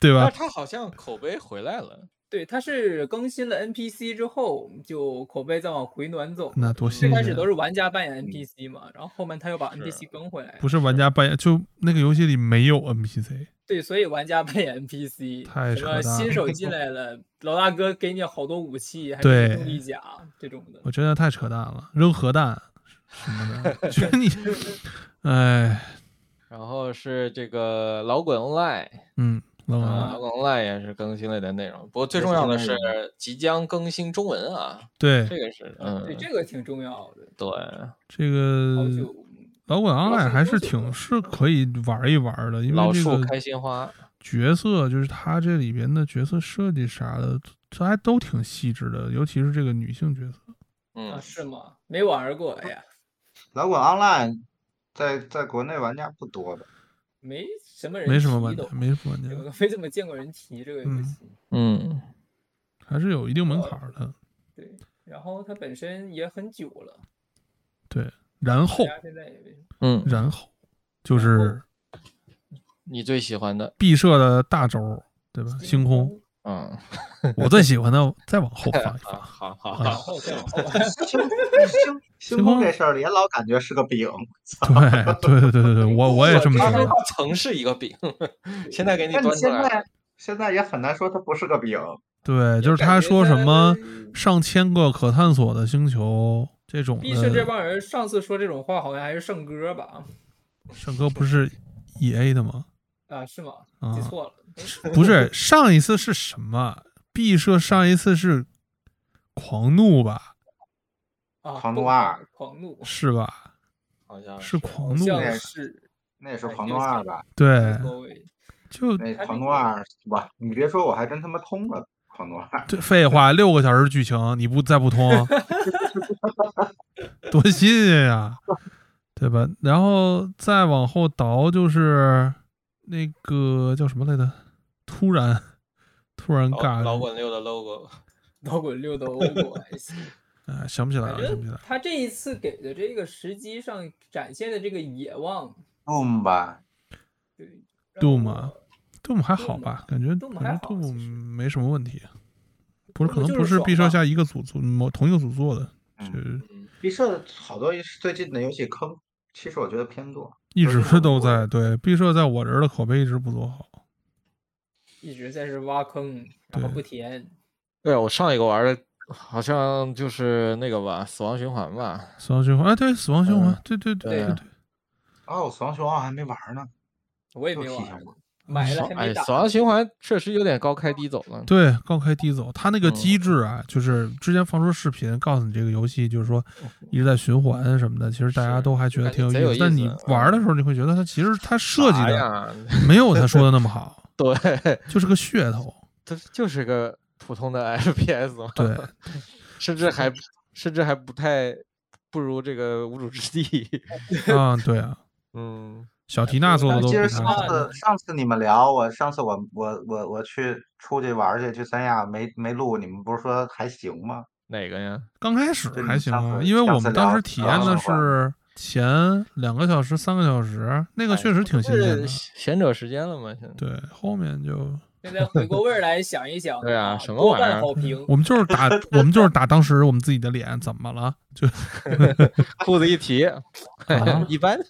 Speaker 2: 对
Speaker 3: 但
Speaker 2: 吧
Speaker 3: 是？他好像口碑回来了，
Speaker 4: 对，他是更新了 NPC 之后，就口碑再往回暖走。
Speaker 2: 那多
Speaker 4: 最
Speaker 2: 新
Speaker 4: 开始
Speaker 2: 鲜
Speaker 4: 都
Speaker 2: 啊！
Speaker 4: 是玩家扮演 NPC 嘛，然后后面他又把 NPC 更回来
Speaker 2: 不。是玩家扮演，就那个游戏里没有 NPC，
Speaker 4: 对，所以玩家扮演 NPC，
Speaker 2: 太
Speaker 4: 什
Speaker 2: 扯淡了
Speaker 4: 么新手 进来了，老大哥给你好多武器，还
Speaker 2: 对
Speaker 4: 是重力甲这种的。
Speaker 2: 我觉得太扯淡了，扔核弹什么的，觉得 你，哎，
Speaker 3: 然后是这个老滚 online，
Speaker 2: 嗯，老板
Speaker 3: 啊，老滚 online 也是更新了一点内容，不过最重要的是即将更新中文啊，
Speaker 2: 对
Speaker 3: 这个是，嗯，
Speaker 4: 呃对，这个挺重要的。
Speaker 3: 对，
Speaker 2: 这
Speaker 4: 好
Speaker 2: 个
Speaker 4: 久，
Speaker 2: 老滚
Speaker 4: 老
Speaker 2: online
Speaker 4: 鼠
Speaker 2: 还
Speaker 4: 多
Speaker 2: 是
Speaker 4: 久
Speaker 2: 挺
Speaker 4: 了
Speaker 2: 是可以玩一玩的，因
Speaker 3: 老
Speaker 2: 为这
Speaker 3: 树
Speaker 2: 个
Speaker 3: 开心花，
Speaker 2: 角色就是它这里边的角色设计啥的，它还都挺细致的，尤其是这个女性角色，
Speaker 4: 啊
Speaker 3: 嗯，
Speaker 4: 是吗？没玩过，哎呀，
Speaker 5: 老滚 online 在在国内玩家不多吧？
Speaker 4: 没什么人，
Speaker 2: 没什么玩家，没什么玩家
Speaker 4: 对，我都没怎么见过人提这个游
Speaker 2: 嗯
Speaker 4: 戏。
Speaker 3: 嗯，
Speaker 2: 还是有一定门槛儿的。
Speaker 4: 对，然后它本身也很久了，
Speaker 2: 然
Speaker 4: 大
Speaker 2: 后，
Speaker 4: 家现在也没
Speaker 3: 嗯，
Speaker 2: 然后就是
Speaker 3: 你最喜欢的，
Speaker 2: 毕设的大轴，对吧？星空，
Speaker 3: 嗯，
Speaker 2: 我最喜欢的再往后放一
Speaker 3: 啊，
Speaker 2: 放。
Speaker 3: 好 好
Speaker 4: 然
Speaker 3: 好，
Speaker 4: 后再往后
Speaker 5: 星星
Speaker 2: 星
Speaker 5: 星空
Speaker 2: 空
Speaker 5: 这事儿也老感觉是个饼，
Speaker 2: 对对对对对对，我我也这么
Speaker 3: 它
Speaker 2: 觉
Speaker 3: 还
Speaker 2: 得。
Speaker 3: 曾是一个饼， 现在给你
Speaker 5: 但
Speaker 3: 端
Speaker 5: 你
Speaker 3: 出
Speaker 5: 现
Speaker 3: 来了，
Speaker 5: 在现在也很难说它不是个饼。
Speaker 2: 对，就是他说什么上千个可探索的星球这种
Speaker 4: 毕设这
Speaker 2: 的，
Speaker 4: 帮人上次说这种话，好像还是圣歌吧？
Speaker 2: 圣哥不是 E A 的吗？
Speaker 4: 啊，是吗？
Speaker 2: 啊
Speaker 4: 记错了，
Speaker 2: 不是上一次是什么？毕设上一次是狂怒吧？
Speaker 4: 啊，
Speaker 5: 狂怒
Speaker 4: 动
Speaker 5: 二
Speaker 4: 画，狂怒，
Speaker 2: 是吧？
Speaker 3: 好啊像
Speaker 2: 是狂怒
Speaker 4: 好，像
Speaker 5: 那
Speaker 4: 是
Speaker 5: 那也是
Speaker 4: 哎
Speaker 5: 狂
Speaker 4: 就
Speaker 5: 怒
Speaker 4: 是
Speaker 5: 二吧？
Speaker 2: 对，
Speaker 3: 呃
Speaker 4: 各位
Speaker 2: 就
Speaker 5: 那
Speaker 4: 还
Speaker 5: 狂
Speaker 4: 没
Speaker 5: 怒二哇！你别说，我还真他妈通了狂 怒二。
Speaker 2: 这废话，六个小时剧情，你不再不通，多新鲜呀，对吧？然后再往后倒就是那个叫什么来着？突然，突然
Speaker 3: 老
Speaker 2: 尬
Speaker 3: 老
Speaker 2: 了，
Speaker 3: 滚六的 logo，
Speaker 4: 摇滚六的欧国还行。
Speaker 2: 哎，想不起
Speaker 3: 啊
Speaker 2: 来
Speaker 4: 反
Speaker 2: 了，想不起来
Speaker 4: 正
Speaker 2: 了。
Speaker 4: 他这一次给的这个时机上展现的这个野望，
Speaker 5: Doom 吧，
Speaker 4: 对
Speaker 2: 杜
Speaker 4: 让
Speaker 2: 马
Speaker 4: 我，
Speaker 2: 杜啊马还好吧？感觉
Speaker 4: 杜马还
Speaker 2: 感觉
Speaker 4: 好
Speaker 2: 杜
Speaker 4: 其
Speaker 2: 马
Speaker 4: 实
Speaker 2: 没什么问题，不是
Speaker 4: 杜
Speaker 2: 可能
Speaker 4: 马就
Speaker 2: 不
Speaker 4: 是
Speaker 2: 是
Speaker 4: 爽
Speaker 2: 毕设
Speaker 4: 嘛
Speaker 2: 下一个组做某同一个组做的，
Speaker 5: 嗯
Speaker 2: 就
Speaker 5: 毕设好多最近的游戏坑，其实我觉得偏多。
Speaker 2: 一
Speaker 5: 都是
Speaker 2: 直都
Speaker 5: 我
Speaker 2: 在对毕设在我这儿的口碑一直不做好。
Speaker 4: 一直在是挖坑，然
Speaker 2: 对
Speaker 4: 后不填。
Speaker 3: 对我上一个玩的。好像就是那个吧，死亡循环吧，
Speaker 2: 死亡循环，哎，对，死亡循环，
Speaker 3: 嗯
Speaker 2: 对对对
Speaker 4: 对
Speaker 2: 对
Speaker 3: 啊
Speaker 2: 对，
Speaker 5: 哦，死亡熊二还没玩呢，
Speaker 4: 我也
Speaker 5: 又
Speaker 4: 没
Speaker 5: 提
Speaker 4: 玩
Speaker 5: 醒
Speaker 4: 儿，
Speaker 5: 我。
Speaker 4: 买了还
Speaker 3: 哎，
Speaker 4: 没打。
Speaker 3: 死亡循环确实有点高开低走了。
Speaker 2: 对，高开低走，它那个
Speaker 3: 嗯
Speaker 2: 机制啊，就是之前放出视频告诉你这个游戏就是说一直在循环什么的，其实大家
Speaker 3: 嗯是
Speaker 2: 都还觉得
Speaker 3: 感觉
Speaker 2: 挺
Speaker 3: 贼
Speaker 2: 有
Speaker 3: 有
Speaker 2: 思，但
Speaker 3: 意
Speaker 2: 你
Speaker 3: 思
Speaker 2: 玩的
Speaker 3: 嗯
Speaker 2: 时候你会觉得它其实它设计
Speaker 3: 啥
Speaker 2: 的
Speaker 3: 呀，
Speaker 2: 没有他说的那么 好，
Speaker 3: 对，
Speaker 2: 就是个噱头，
Speaker 3: 它就是个普通的 FPS 嘛，
Speaker 2: 对，
Speaker 3: 甚至还甚至还不太不如这个无主之地。
Speaker 2: 啊，对啊，
Speaker 3: 嗯，
Speaker 2: 小缇娜做的
Speaker 5: 但
Speaker 2: 都
Speaker 5: 其
Speaker 2: 比
Speaker 5: 实
Speaker 2: 他
Speaker 5: 上
Speaker 2: 好，
Speaker 5: 次上次你们聊，我上次我我我我去出去玩去，去三亚没没录，你们不是说还行吗？
Speaker 3: 哪个呀？
Speaker 2: 刚开始
Speaker 5: 对你
Speaker 2: 还行
Speaker 5: 上
Speaker 2: 啊，
Speaker 5: 次
Speaker 2: 因为
Speaker 5: 上
Speaker 2: 我
Speaker 5: 次
Speaker 2: 们当
Speaker 5: 聊
Speaker 2: 时体
Speaker 5: 死
Speaker 2: 验
Speaker 5: 亡
Speaker 2: 的
Speaker 5: 循环
Speaker 2: 是前两个小时、三个小时，那个
Speaker 3: 哎
Speaker 2: 确实挺新鲜的
Speaker 3: 是，闲者时间了嘛？现在
Speaker 2: 对，后面就
Speaker 4: 现在回过味儿来想一 想，
Speaker 3: 对啊
Speaker 4: 啊，
Speaker 3: 什么
Speaker 4: 豆
Speaker 3: 玩意
Speaker 4: 瓣
Speaker 3: 儿
Speaker 4: 好评，
Speaker 2: 我们就是打，我们就是打当时我们自己的脸，怎么了？就
Speaker 3: 裤子一提，
Speaker 2: 啊
Speaker 3: 一般，
Speaker 2: 啊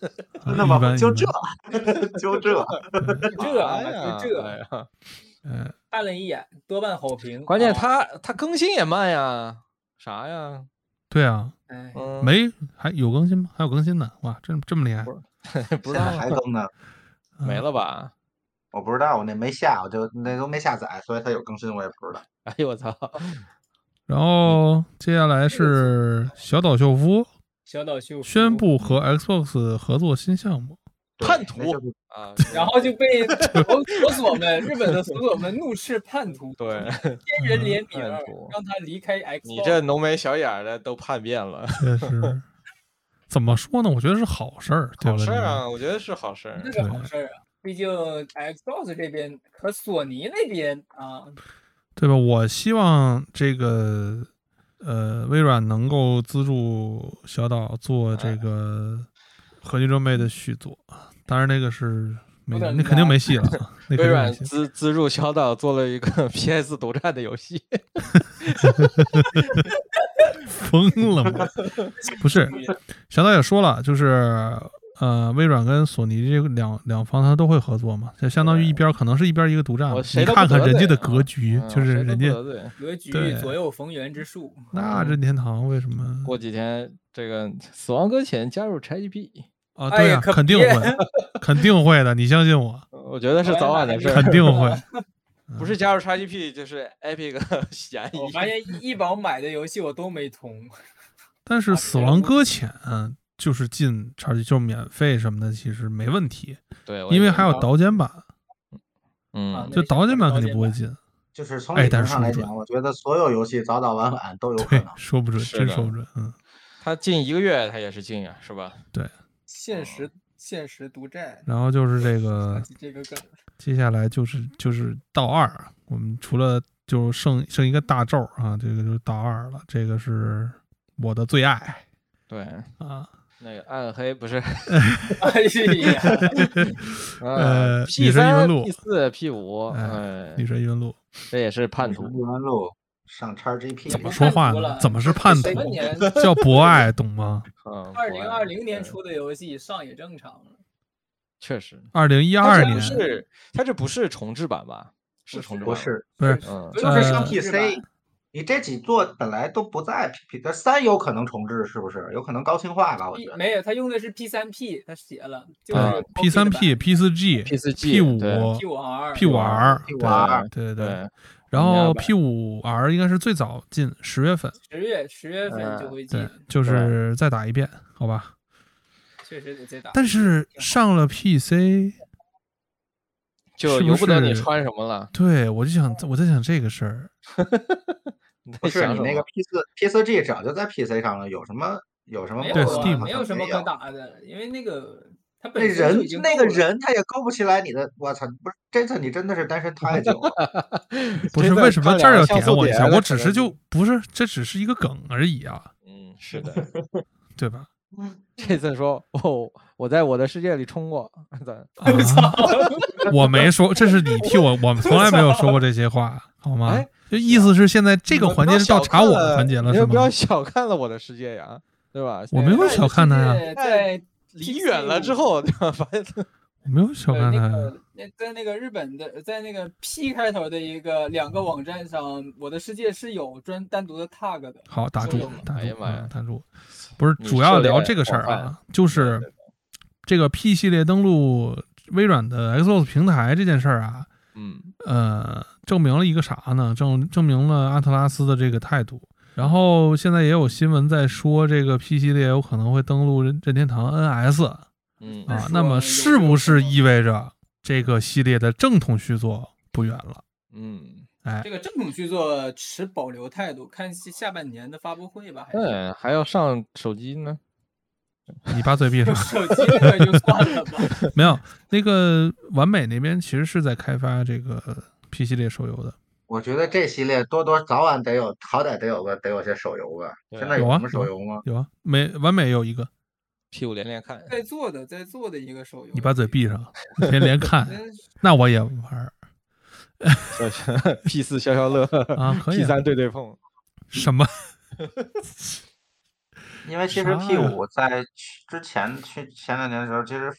Speaker 6: 那
Speaker 2: 一般
Speaker 6: 么就这
Speaker 2: 一，
Speaker 6: 就 这，
Speaker 2: 般
Speaker 4: 就这啊，
Speaker 3: 哎呀
Speaker 4: 就这
Speaker 3: 哎
Speaker 4: 个，
Speaker 3: 呀
Speaker 2: 嗯，
Speaker 4: 看了一眼，豆瓣好评，
Speaker 3: 关键
Speaker 4: 啊，
Speaker 3: 它它更新也慢呀，啥呀？
Speaker 2: 对啊，
Speaker 4: 哎，
Speaker 3: 嗯，
Speaker 2: 没还有更新吗？还有更新呢？哇，这这么厉害
Speaker 3: 不，不知
Speaker 5: 现在
Speaker 3: 道
Speaker 5: 还更呢？
Speaker 2: 嗯
Speaker 3: 没了吧？
Speaker 5: 我不知道，我那没下，我就那都没下载，所以它有更新我也不知道。
Speaker 3: 哎呦我 操！
Speaker 2: 然后接下来是小岛秀夫
Speaker 4: 小岛秀夫
Speaker 2: 宣，布和 Xbox 合作新项目，
Speaker 5: 对
Speaker 3: 叛
Speaker 5: 那
Speaker 3: 徒
Speaker 5: 就是
Speaker 3: 啊，
Speaker 4: 然后就 被索索索们日本的索索们怒斥叛 徒，
Speaker 3: 对
Speaker 4: 天人怜悯
Speaker 3: 嗯叛
Speaker 4: 儿
Speaker 2: 嗯
Speaker 3: 徒，
Speaker 4: 让他离开 X。
Speaker 3: 你这浓眉小眼儿的都叛变了，
Speaker 2: 确实，怎么说呢？我觉得是好事儿，对
Speaker 3: 好
Speaker 2: 吧？
Speaker 3: 事儿啊，我觉得是好事儿
Speaker 4: 这。是好事儿啊。毕竟 Xbox 这边和索尼那边啊，
Speaker 2: 对吧？我希望这个呃，微软能够资助小岛
Speaker 3: 哎
Speaker 2: 做这个《合金装备》的续作，当然那个是没
Speaker 4: 有点
Speaker 2: 那肯定没戏了 啊， 那肯
Speaker 3: 微
Speaker 2: 定没
Speaker 3: 软
Speaker 2: 戏。
Speaker 3: 资资助小岛做了一个 PS 独占的游戏，
Speaker 2: 疯了 吗？不是，小岛也说了，就是呃，微软跟索尼这两两方它都会合作嘛，就相当于一边儿可能是一边儿一个独占嘛
Speaker 3: 我。
Speaker 2: 啊你
Speaker 3: 谁都不
Speaker 2: 看看
Speaker 3: 得
Speaker 2: 人家
Speaker 3: 罪
Speaker 2: 的
Speaker 3: 啊
Speaker 2: 格局，
Speaker 3: 嗯
Speaker 2: 就是
Speaker 3: 谁都
Speaker 2: 人
Speaker 3: 不
Speaker 2: 家
Speaker 3: 得罪
Speaker 4: 格局
Speaker 2: 对
Speaker 4: 左右逢源之术。
Speaker 2: 那任天堂为什么
Speaker 3: 过几天这个死亡搁浅加入 ChatGPT，
Speaker 2: 啊？
Speaker 4: 哎
Speaker 2: 对
Speaker 4: 呀
Speaker 2: 啊，
Speaker 4: 可
Speaker 2: 肯定
Speaker 4: 别
Speaker 2: 会，肯定会的，你相信我，
Speaker 3: 我觉得是早晚的事
Speaker 2: 肯
Speaker 3: 儿，
Speaker 2: 定会。
Speaker 3: 不是加入 ChatGPT 就是 Epic 嫌
Speaker 4: 我发
Speaker 3: 疑。
Speaker 4: 现一一榜买的游戏我都没通，
Speaker 2: 但是《死亡搁浅》就是进叉 G 就是免费什么的，其实没问题，
Speaker 3: 对，我也
Speaker 2: 因为
Speaker 3: 觉
Speaker 2: 还有
Speaker 3: 得
Speaker 2: 导剪版，
Speaker 4: 啊
Speaker 3: 嗯
Speaker 4: 那，
Speaker 2: 就导剪版肯定不会
Speaker 4: 导
Speaker 2: 进。
Speaker 5: 就是从
Speaker 2: 哎
Speaker 5: 理
Speaker 2: 但
Speaker 5: 论
Speaker 2: 是
Speaker 5: 上
Speaker 2: 说
Speaker 5: 来
Speaker 2: 不
Speaker 5: 讲，我觉得所有游戏早早晚晚都有可
Speaker 2: 对
Speaker 5: 能，。
Speaker 2: 说不准，
Speaker 3: 是
Speaker 2: 真
Speaker 3: 的
Speaker 2: 说不准。嗯，
Speaker 3: 他进一个月他也是进呀，是吧？
Speaker 4: 现实现实独占。
Speaker 2: 然后就是这
Speaker 4: 想
Speaker 2: 个，
Speaker 4: 起这个梗，
Speaker 2: 接下来就是就是道二，我们除了就剩剩一个大咒啊，这个就是道二了，这个是我的最爱
Speaker 3: 对，
Speaker 2: 啊。
Speaker 3: 那个暗黑不是
Speaker 4: 哎呀，
Speaker 2: 呃
Speaker 3: 啊，P
Speaker 2: 女神异闻
Speaker 3: 三、
Speaker 2: 录
Speaker 3: P 四、P 五，
Speaker 2: 哎
Speaker 3: 哎，
Speaker 2: 女神异闻录
Speaker 3: 这也是叛徒。
Speaker 5: 录完路上叉 GP，
Speaker 2: 怎么说话
Speaker 4: 叛徒
Speaker 2: 呢？
Speaker 4: 了
Speaker 2: 怎么是叛徒
Speaker 4: 什？么年？
Speaker 2: 叫博爱，懂吗？
Speaker 3: 嗯，
Speaker 4: 二零二零年
Speaker 3: 对
Speaker 4: 出的游戏上也正常了，
Speaker 3: 确实，
Speaker 2: 二零一
Speaker 3: 它
Speaker 2: 二
Speaker 3: 这
Speaker 2: 年
Speaker 3: 不是它这不是重置版吧？是重置版
Speaker 5: 不
Speaker 3: 吗，
Speaker 5: 是，
Speaker 2: 不是
Speaker 3: 嗯，
Speaker 5: 就是
Speaker 2: 呃
Speaker 5: 上 PC。你这几座本来都不在 PP 的三有可能重置，是不是？有可能高清化吧？我觉
Speaker 4: P-
Speaker 5: 得
Speaker 4: 没有，他用的是 P 三 P，他写了，就
Speaker 3: 啊
Speaker 4: 是
Speaker 2: 呃 P 三 P、P 四 G、
Speaker 3: PSG
Speaker 2: P 五、
Speaker 3: 对
Speaker 4: P 五 R
Speaker 2: P 五 R、
Speaker 5: P5R
Speaker 2: 对对对。
Speaker 3: 对，
Speaker 2: 然
Speaker 3: 明
Speaker 2: 后
Speaker 3: 白
Speaker 2: P 五 R 应该是最早进，十月份，
Speaker 4: 十月十月份就
Speaker 3: 嗯
Speaker 4: 会进
Speaker 2: 对，，就是再打一遍，好吧？
Speaker 4: 确实得再打。
Speaker 2: 但是上了 PC，
Speaker 3: 就是由
Speaker 2: 不
Speaker 3: 不得你
Speaker 2: 是
Speaker 3: 穿什 么了。
Speaker 2: 对我就想，我在想这个事儿，
Speaker 3: 你
Speaker 5: 不
Speaker 3: 在
Speaker 5: 是
Speaker 3: 想
Speaker 5: 你
Speaker 3: 什
Speaker 5: 那个
Speaker 3: 么？
Speaker 5: P 四 P 四 G 早就在 PC 上了，有什么有什么
Speaker 4: 没有
Speaker 2: 对
Speaker 4: 啊
Speaker 5: 毛病
Speaker 2: Steam
Speaker 5: 吗
Speaker 4: 没有什么
Speaker 5: 没有
Speaker 4: 可打的，因为那个他
Speaker 5: 那
Speaker 4: 本身就
Speaker 5: 人
Speaker 4: 已经
Speaker 5: 那
Speaker 4: 够
Speaker 5: 个
Speaker 4: 了，
Speaker 5: 人他也勾不起来你的，我操！不是这次你真的是单身太久了，
Speaker 2: 不
Speaker 3: 真
Speaker 2: 是
Speaker 3: 的
Speaker 2: 为什么
Speaker 3: 看
Speaker 2: 这儿要
Speaker 3: 两个像
Speaker 2: 点
Speaker 3: 素
Speaker 2: 我一
Speaker 3: 点
Speaker 2: 下？
Speaker 3: 了
Speaker 2: 我
Speaker 3: 可
Speaker 2: 只是
Speaker 3: 能
Speaker 2: 就不是，这只是一个梗而已啊，
Speaker 3: 嗯，是的。
Speaker 2: 对吧？
Speaker 3: 这次说，哦，我在我的世界里冲过， 咱
Speaker 2: 啊我没说，这是你替我， 我们从来没有说过这些话，好吗
Speaker 3: 哎？
Speaker 2: 就意思是现在这
Speaker 3: 这
Speaker 2: 个环节是到查我的环节了，
Speaker 3: 你
Speaker 2: 是
Speaker 3: 又不要
Speaker 2: 吗？
Speaker 3: 小看了我的世界呀，对吧？
Speaker 2: 我没有
Speaker 3: 现在
Speaker 2: 小看他呀，
Speaker 5: 哎
Speaker 4: 在在
Speaker 3: 离远了之后，对吧？发现
Speaker 2: 我没有小
Speaker 4: 呃
Speaker 2: 看他
Speaker 4: 那
Speaker 2: 呀。
Speaker 4: 个那在那个日本的，在那个 P 开头的一个两个网站上，《我的世界》是有专单独的 tag 的。
Speaker 2: 好，打住
Speaker 4: 作用了，
Speaker 2: 打
Speaker 3: 哎呀
Speaker 2: 住，
Speaker 3: 妈
Speaker 2: 啊，
Speaker 3: 呀
Speaker 2: 打住，不是
Speaker 3: 你
Speaker 2: 主要
Speaker 3: 涉猎
Speaker 2: 聊这个事儿
Speaker 3: 广泛
Speaker 2: 啊，就是这个 P 系列登陆微软的 Xbox 平台这件事儿啊，
Speaker 3: 嗯，
Speaker 2: 呃，证明了一个啥呢？证证明了阿特拉斯的这个态度。然后现在也有新闻在说，这个 P 系列有可能会登陆任任天堂 NS
Speaker 3: 嗯
Speaker 4: 那
Speaker 2: 啊
Speaker 4: 说，
Speaker 2: 那么
Speaker 4: 有
Speaker 2: 是
Speaker 4: 有
Speaker 2: 不
Speaker 4: 可
Speaker 2: 是
Speaker 4: 能
Speaker 2: 意味着这个系列的正统续作不远了？
Speaker 3: 嗯，
Speaker 2: 哎
Speaker 4: 这，个正统续作持保留态度，看下下半年的发布会吧。还 是
Speaker 3: 对，哎还要上手机呢。
Speaker 2: 你把嘴闭上。
Speaker 4: 手机那个就算了吧。
Speaker 2: 没有，那个完美那边其实是在开发这个 P 系列手游的，
Speaker 5: 我觉得这系列多多早晚得有，好歹得有个得有些手游吧。
Speaker 3: 对
Speaker 5: 现
Speaker 3: 啊
Speaker 5: 在
Speaker 2: 有
Speaker 5: 什
Speaker 2: 啊
Speaker 5: 么
Speaker 2: 有
Speaker 5: 手
Speaker 2: 啊
Speaker 5: 游吗？
Speaker 2: 有啊，没完美有一个，
Speaker 3: 屁股连连看，
Speaker 4: 在做的，在做的一个手游。
Speaker 2: 你把嘴闭上，别连看，
Speaker 4: 真是
Speaker 2: 那我也玩儿。
Speaker 3: P 四消消乐
Speaker 2: 啊 可以
Speaker 3: ，P
Speaker 2: 啊
Speaker 3: 三对对碰，
Speaker 2: 什么？
Speaker 5: 因为其实
Speaker 2: 啥
Speaker 5: P
Speaker 2: 呀
Speaker 5: 五在去之前去前两年的时候，其实